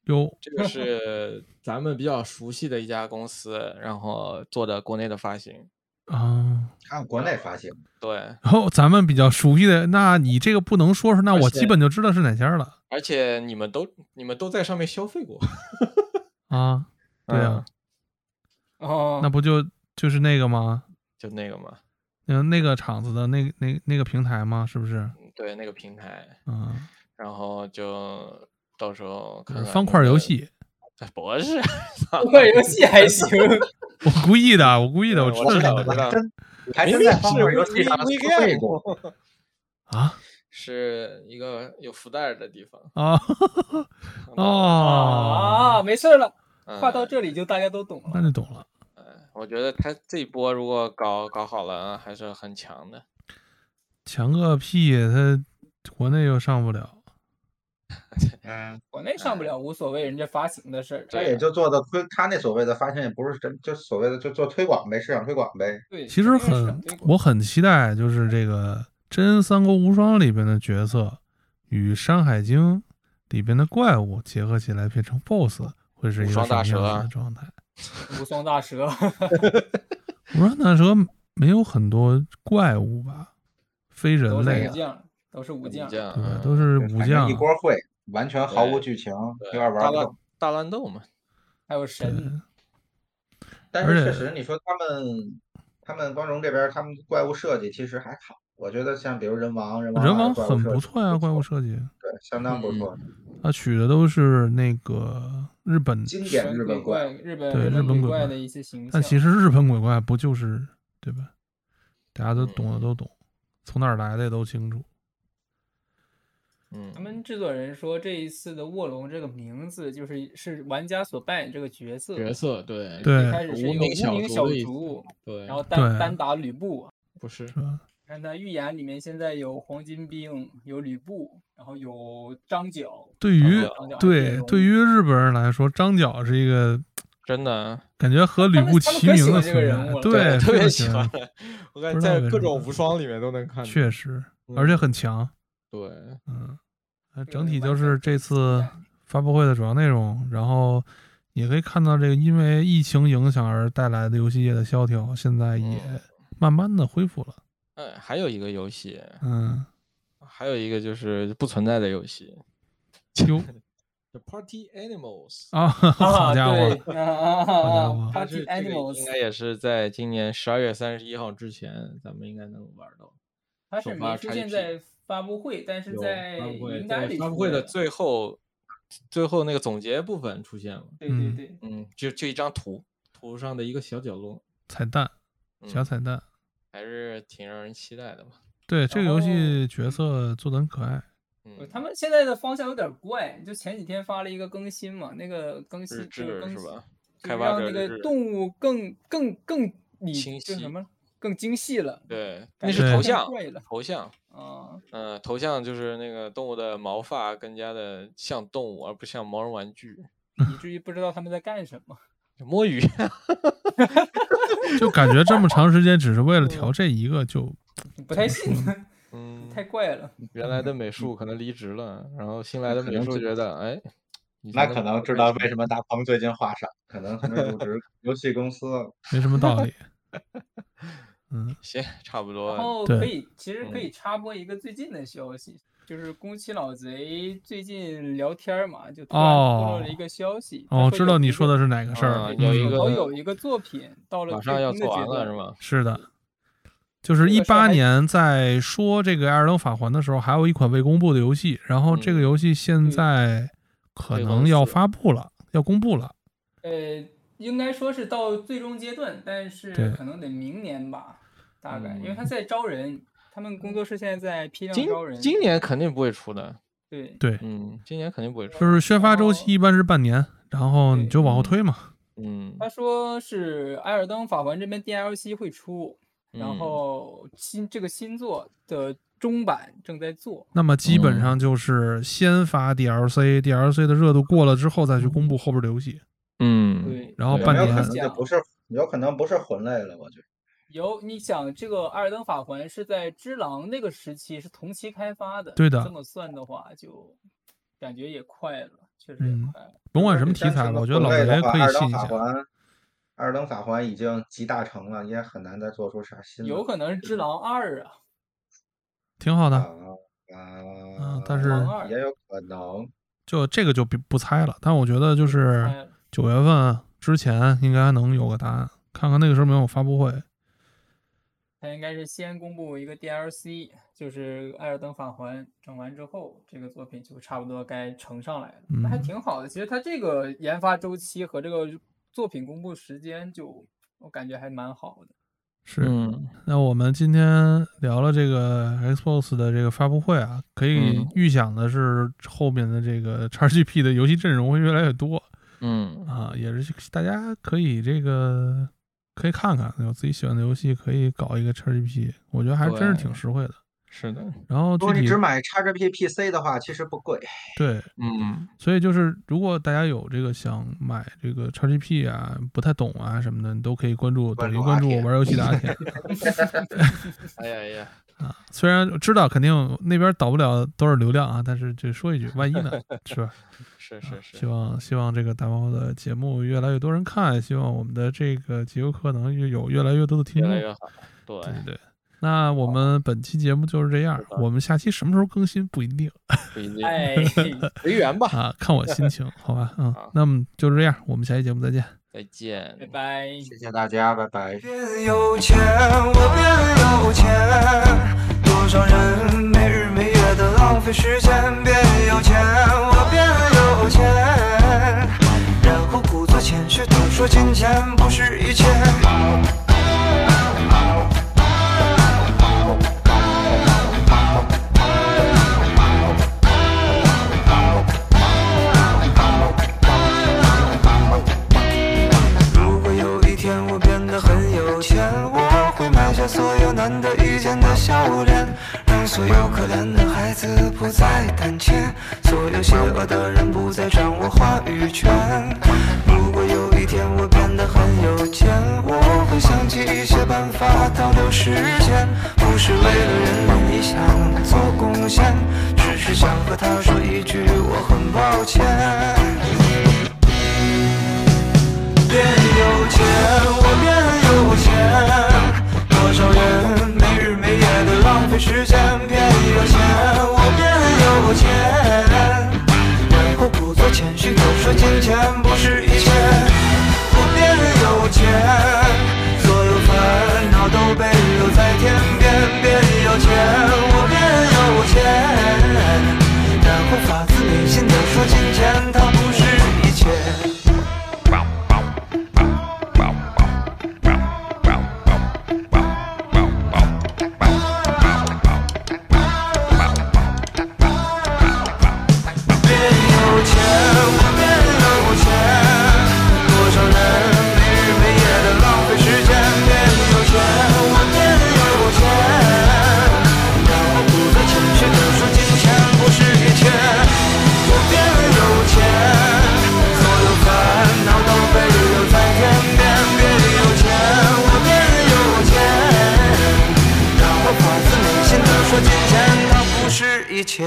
Speaker 2: 哟，
Speaker 3: 这个是 咱们比较熟悉的一家公司，然后做的国内的发行，
Speaker 2: 啊，
Speaker 5: 看国内发行，
Speaker 3: 对，
Speaker 2: 然后咱们比较熟悉的，那你这个不能说是，那
Speaker 3: 而
Speaker 2: 我
Speaker 3: 且
Speaker 2: 基本就知道是哪家了
Speaker 3: 而且你们都你们都在上面消费过，
Speaker 2: 啊， 对啊，
Speaker 4: 哦，
Speaker 2: 那不就就是那个吗？
Speaker 3: 就那个嘛，
Speaker 2: 嗯，那个厂子的那那那个平台吗？是不是？
Speaker 3: 对那个平台，
Speaker 2: 嗯，
Speaker 3: 然后就到时候看看
Speaker 2: 呃方块
Speaker 3: 能不
Speaker 2: 游
Speaker 3: 能，
Speaker 2: 戏，
Speaker 3: 哎不是，
Speaker 4: 不会游戏还行，
Speaker 2: 我故意的，我故意的，
Speaker 3: 我
Speaker 2: 知道
Speaker 3: 知
Speaker 2: 是
Speaker 3: 道，
Speaker 2: 那
Speaker 3: 我
Speaker 2: 个
Speaker 3: 知道，
Speaker 5: 真，你还真在方块游戏上睡过，
Speaker 2: 啊
Speaker 3: 是一个有福袋儿的地方。
Speaker 2: 啊哦，
Speaker 4: 啊，没事儿了，
Speaker 3: 嗯
Speaker 4: 话到这里就大家都懂
Speaker 2: 那就
Speaker 4: 了。
Speaker 2: 懂了。
Speaker 3: 我觉得他这一波如果搞搞好了啊，还是很强的。
Speaker 2: 强个屁，他国内又上不了。
Speaker 5: 嗯，
Speaker 4: 国内上不了无所谓，人家发行的事儿。
Speaker 5: 他也就做的推，他那所谓的发行也不是真，就所谓的就做推广呗，市场推广呗。
Speaker 4: 对，
Speaker 2: 其实
Speaker 4: 肯定是
Speaker 2: 很
Speaker 4: 很对，
Speaker 2: 我很期待，就是这个《真三国无双》里边的角色与《山海经》里边的怪物结合起来变成 BOSS，会是一个
Speaker 3: 无
Speaker 2: 什
Speaker 3: 双大
Speaker 2: 么
Speaker 3: 蛇
Speaker 2: 样
Speaker 3: 啊
Speaker 2: 的状态？
Speaker 4: 无双大蛇，
Speaker 2: 无双大蛇没有很多怪物吧，非
Speaker 4: 都
Speaker 2: 人
Speaker 4: 是
Speaker 2: 类
Speaker 4: 武
Speaker 2: 啊，
Speaker 4: 将，都是武
Speaker 3: 武
Speaker 4: 将。
Speaker 3: 将
Speaker 2: 对吧？
Speaker 3: 嗯
Speaker 2: 都是
Speaker 5: 对
Speaker 2: 武
Speaker 5: 反正
Speaker 2: 将
Speaker 5: 一，锅烩，完全毫无
Speaker 3: 对
Speaker 5: 剧情，有
Speaker 3: 对
Speaker 5: 点玩
Speaker 3: 大
Speaker 5: 不
Speaker 3: 乱
Speaker 5: 懂。
Speaker 3: 大乱斗嘛。
Speaker 4: 还有神，
Speaker 5: 但
Speaker 2: 而
Speaker 5: 是
Speaker 2: 且
Speaker 5: 确实，你说他们，他们光荣这边儿他们怪物设计其实还好，我觉得像比如人王，人王
Speaker 2: 人
Speaker 5: 二
Speaker 2: 王
Speaker 5: 怪物
Speaker 2: 很
Speaker 5: 设
Speaker 2: 不
Speaker 5: 计
Speaker 2: 错呀，怪物设计，
Speaker 5: 对，相当不
Speaker 3: 嗯
Speaker 5: 错。
Speaker 2: 他取的都是那个日本，
Speaker 5: 经典日
Speaker 4: 日
Speaker 5: 本
Speaker 4: 本
Speaker 5: 怪
Speaker 4: 怪，日本
Speaker 2: 对日
Speaker 4: 日
Speaker 2: 本鬼
Speaker 4: 鬼
Speaker 2: 怪
Speaker 4: 怪的一些形象。
Speaker 2: 但其实日本鬼怪不就是对吧？大家都懂的
Speaker 3: 嗯
Speaker 2: 都懂，从哪儿来的也都清楚。
Speaker 3: 嗯，
Speaker 4: 他们制作人说，这一次的卧龙这个名字就是是玩家所扮演这个角色，
Speaker 3: 角色对
Speaker 2: 对
Speaker 4: 一开始是
Speaker 3: 无
Speaker 4: 一个
Speaker 3: 名小
Speaker 4: 无名
Speaker 3: 卒
Speaker 4: 小
Speaker 3: 的意思
Speaker 4: 卒，
Speaker 3: 对，
Speaker 4: 然后
Speaker 2: 对
Speaker 4: 单单打吕布。
Speaker 3: 不是
Speaker 2: 是吧？
Speaker 4: 看他预言里面现在有黄金兵，有吕布，然后有张角。
Speaker 2: 对于
Speaker 4: 张角还有
Speaker 2: 对
Speaker 4: 变容
Speaker 2: 对于日本人来说，张角是一个
Speaker 3: 真的，啊
Speaker 2: 感觉和吕
Speaker 4: 他们
Speaker 2: 布
Speaker 4: 他们
Speaker 2: 齐
Speaker 4: 可喜
Speaker 2: 名的
Speaker 4: 欢这个
Speaker 2: 存
Speaker 4: 人
Speaker 2: 在，
Speaker 4: 物了
Speaker 2: 对，
Speaker 3: 特
Speaker 2: 非
Speaker 3: 别
Speaker 2: 常
Speaker 3: 喜欢。我感
Speaker 2: 不知道
Speaker 3: 觉在
Speaker 2: 为
Speaker 3: 各
Speaker 2: 什
Speaker 3: 种
Speaker 2: 么
Speaker 3: 无双里面都能看见。
Speaker 2: 确实，而
Speaker 4: 嗯
Speaker 2: 且很强。
Speaker 3: 对，
Speaker 2: 嗯，呃
Speaker 4: 这
Speaker 2: 整
Speaker 4: 个
Speaker 2: 体
Speaker 4: 完
Speaker 2: 就
Speaker 4: 全
Speaker 2: 是
Speaker 4: 可
Speaker 2: 这
Speaker 4: 以期
Speaker 2: 次
Speaker 4: 待
Speaker 2: 发布会的主要内容，然后也可以看到这个因为疫情影响而带来的游戏业的萧条，现在也
Speaker 3: 嗯
Speaker 2: 慢慢的恢复了。
Speaker 3: 嗯，还有一个游戏，
Speaker 2: 嗯，
Speaker 3: 还有一个就是不存在的游戏
Speaker 2: 哟
Speaker 3: ，The Party Animals。
Speaker 2: 啊，好
Speaker 4: 啊，
Speaker 2: 家伙，
Speaker 4: 对，啊啊啊
Speaker 2: 好家
Speaker 4: 啊
Speaker 2: 伙
Speaker 4: 啊
Speaker 3: 它
Speaker 4: ！Party
Speaker 3: 是这个应
Speaker 4: Animals，
Speaker 3: 该也是在今年十二月三十一号之前，咱们应该能玩到。
Speaker 4: 它
Speaker 3: 首
Speaker 4: 是
Speaker 3: 发
Speaker 4: 没出
Speaker 3: XGP
Speaker 4: 现在发布会，但是
Speaker 3: 有
Speaker 4: 在
Speaker 3: 发布会
Speaker 4: 应该
Speaker 3: 在
Speaker 4: 里
Speaker 3: 发布
Speaker 4: 出
Speaker 3: 会的
Speaker 4: 现了
Speaker 3: 最后，最后那个总结部分出现了。
Speaker 4: 对
Speaker 2: 嗯
Speaker 4: 对对，
Speaker 3: 嗯，就就一张图，图上的一个小角落，
Speaker 2: 彩蛋，
Speaker 3: 嗯、
Speaker 2: 小彩蛋。
Speaker 3: 还是挺让人期待的吧。
Speaker 2: 对这个
Speaker 3: 哦
Speaker 2: 游戏
Speaker 4: 后
Speaker 2: 角色做的很可爱，
Speaker 4: 呃
Speaker 3: 嗯，
Speaker 4: 他们现在的方向有点怪，就前几天发了一个更新嘛，那个更
Speaker 3: 日
Speaker 4: 新就
Speaker 3: 志
Speaker 4: 是更
Speaker 3: 是
Speaker 4: 新
Speaker 3: 吧？
Speaker 4: 就
Speaker 3: 开
Speaker 4: 是
Speaker 3: 发
Speaker 4: 让
Speaker 3: 者
Speaker 4: 那个
Speaker 3: 日志
Speaker 4: 动物更更更你
Speaker 3: 清
Speaker 4: 就
Speaker 3: 晰
Speaker 4: 什么更精细了，
Speaker 3: 对，那
Speaker 4: 感
Speaker 3: 是
Speaker 2: 觉
Speaker 3: 头
Speaker 2: 更
Speaker 3: 像
Speaker 4: 怪了，
Speaker 3: 头像，
Speaker 4: 啊，
Speaker 3: 呃，头像就是那个动物的毛发更加的像动物，而不像毛绒玩具。
Speaker 4: 以至于不知道他们在干什么。
Speaker 3: 摸鱼，
Speaker 2: 就感觉这么长时间只是为了调这一个就
Speaker 4: 不太 信，
Speaker 3: 嗯，
Speaker 4: 太怪了。
Speaker 3: 原来的美术可能离职了，然后新来的
Speaker 5: 可
Speaker 3: 美
Speaker 5: 能
Speaker 3: 术
Speaker 5: 这
Speaker 3: 觉得，哎，以
Speaker 5: 那
Speaker 3: 前的
Speaker 5: 可能
Speaker 3: 美
Speaker 5: 知
Speaker 3: 术
Speaker 5: 道为什么大鹏最近画闪，可能他们入职 游戏公司了。
Speaker 2: 没什么道理。嗯，
Speaker 3: 行， 差不
Speaker 4: 然
Speaker 3: 多。
Speaker 4: 后
Speaker 2: 对
Speaker 4: 可以，其实可
Speaker 3: 嗯
Speaker 4: 以插播一个最近的消息，就是宫崎老贼最近聊天儿嘛，就突然透露
Speaker 2: 哦
Speaker 4: 了一个消息。他
Speaker 2: 哦，
Speaker 4: 说
Speaker 2: 知道
Speaker 4: 有
Speaker 2: 你
Speaker 4: 一
Speaker 2: 说
Speaker 4: 个
Speaker 2: 的是哪个事儿
Speaker 3: 啊
Speaker 2: 了。
Speaker 3: 有一
Speaker 2: 嗯
Speaker 3: 个
Speaker 4: 手头有一个作品到了
Speaker 3: 马上要
Speaker 4: 最终
Speaker 3: 做完
Speaker 4: 的阶
Speaker 3: 了
Speaker 4: 段
Speaker 3: 是？吗？
Speaker 2: 是的，
Speaker 3: 嗯
Speaker 2: 就是
Speaker 4: 这
Speaker 2: 一
Speaker 4: 个事儿
Speaker 2: 八
Speaker 4: 还
Speaker 2: 年在说这个《艾尔登法环》的时候，还有一款未公布的游戏，然后这个
Speaker 3: 嗯
Speaker 2: 游戏现
Speaker 4: 对
Speaker 2: 在可
Speaker 3: 黑魂
Speaker 2: 能要
Speaker 3: 四
Speaker 2: 发布了，要公布了。
Speaker 4: 呃，应该说是到最终阶段，但是
Speaker 2: 对
Speaker 4: 可能得明年吧，大概，因为他
Speaker 3: 嗯
Speaker 4: 在招人，他们工作室现在在批量
Speaker 3: 今
Speaker 4: 招人。
Speaker 3: 今年肯定不会出的，
Speaker 4: 对
Speaker 2: 对，
Speaker 3: 嗯，今年肯定不会出
Speaker 2: 就。是宣发周期
Speaker 4: 哦
Speaker 2: 一般是半年，然后你
Speaker 4: 对
Speaker 2: 就往后
Speaker 3: 嗯
Speaker 2: 推嘛。
Speaker 3: 嗯，
Speaker 4: 他说是《艾尔登法环》这边 DLC 会出，
Speaker 3: 嗯
Speaker 4: 然后新这个新作的中版正在做。
Speaker 2: 那么基本
Speaker 3: 嗯
Speaker 2: 上就是先发 DLC，DLC 的热度过了之后再去公布后边的游戏。
Speaker 3: 嗯，
Speaker 4: 对，
Speaker 2: 然后
Speaker 5: 有
Speaker 2: 半
Speaker 5: 没有可
Speaker 2: 年
Speaker 5: 能就不是，有可能不是魂类了，我觉得。
Speaker 4: 有你想这个《艾尔登法环》是在只狼那个时期是同期开发的，
Speaker 2: 对的
Speaker 4: 这么算的话，就感觉也快了，确实也
Speaker 2: 嗯
Speaker 4: 快了。
Speaker 2: 甭管什么
Speaker 5: 如
Speaker 2: 题
Speaker 5: 果是单
Speaker 2: 材，
Speaker 5: 纯
Speaker 2: 我
Speaker 5: 的
Speaker 2: 觉得老
Speaker 5: 魂类的
Speaker 2: 雷
Speaker 5: 话
Speaker 2: 可以
Speaker 5: 二
Speaker 2: 信
Speaker 5: 等
Speaker 2: 一
Speaker 5: 法
Speaker 2: 下。
Speaker 5: 环，二等法环已经集大成了，也很难再做出啥新的。
Speaker 4: 有可能是《只狼二》啊，
Speaker 2: 挺好的，
Speaker 5: 能啊
Speaker 2: 嗯，但是
Speaker 4: 狼
Speaker 5: 也有可能。
Speaker 2: 就这个就不不猜了。但我觉得就是
Speaker 4: 哎
Speaker 2: 九月份之前应该能有个答案，看看那个时候有没有发布会。
Speaker 4: 它应该是先公布一个 DLC，就是《艾尔登法环》整完之后，这个作品就差不多该呈上来了。那还
Speaker 2: 嗯
Speaker 4: 挺好的，其实它这个研发周期和这个作品公布时间就我感觉还蛮好的。
Speaker 2: 是，
Speaker 3: 嗯，
Speaker 2: 那我们今天聊了这个 Xbox 的这个发布会啊，可以
Speaker 3: 嗯
Speaker 2: 预想的是后面的这个 XGP 的游戏阵容会越来越多
Speaker 3: 嗯，
Speaker 2: 啊，也是大家可以这个可以看看有自己喜欢的游戏，可以搞一个 XGP，我觉得还真是
Speaker 3: 对
Speaker 2: 挺实惠的。
Speaker 3: 是的，
Speaker 2: 然后
Speaker 5: 如
Speaker 2: 具
Speaker 5: 果你
Speaker 2: 体
Speaker 5: 只买 XGP PC 的话，其实不贵。
Speaker 2: 对，
Speaker 3: 嗯
Speaker 2: 所以就是如果大家有这个想买这个 XGP 啊，不太懂啊什么的，你都可以关注抖
Speaker 5: 关
Speaker 2: 音
Speaker 5: 注
Speaker 2: 关
Speaker 5: 阿
Speaker 2: 注
Speaker 5: 铁
Speaker 2: 玩游戏的阿 铁。
Speaker 3: 哎呀呀，
Speaker 2: 啊，虽然知道肯定那边导不了多少流量啊，但是就说一句，万一 呢，是吧？
Speaker 3: 是是
Speaker 2: 希
Speaker 3: 是，
Speaker 2: 望希望这个大猫的节目越来越多人看，希望我们的这个极有可能越有越来越多的听
Speaker 3: 越
Speaker 2: 众。
Speaker 3: 来越好，对，
Speaker 2: 对对对。那我们本期节目就是这样
Speaker 3: 是，的
Speaker 2: 我们下期什么时候更新不一定
Speaker 3: 不一定，
Speaker 4: 哎，
Speaker 3: 随缘吧，
Speaker 2: 啊，看我心情，好吧？嗯
Speaker 3: 好，
Speaker 2: 那么就是这样，我们下期节目再见。
Speaker 3: 再见，
Speaker 4: 拜拜。
Speaker 5: 谢谢大家，拜拜。
Speaker 1: 变有钱，我变有钱，多少人没日没夜的浪费时间。变有钱，我变有钱，然后故作谦虚地说金钱不是一切。如果有一天我变得很有钱，我会买下所有难得一见的笑脸，让所有可怜的孩子不再胆怯，所有邪恶的人不再掌握话语权。如果有一天我变得很有钱，我会想起一些办法倒流时间，不是为了人让你想做贡献，只是想和他说一句我很抱歉。变有钱，我变有钱。多少人没日没夜的浪费时间，变有钱，我变有钱。然后故作谦虚地说金钱不是一切，我变有钱，所有烦恼都被留在天边。变有钱，我变有钱，然后发自内心地说金钱它不是一切。变有钱，我变有钱，多少人没日没夜的浪费时间。变有钱，我变有钱，然后不再谦虚地说金钱不是一切。我变有钱，所有烦恼都被留在天边。变有钱，我变有钱，然后发自内心地说金钱它不是一切。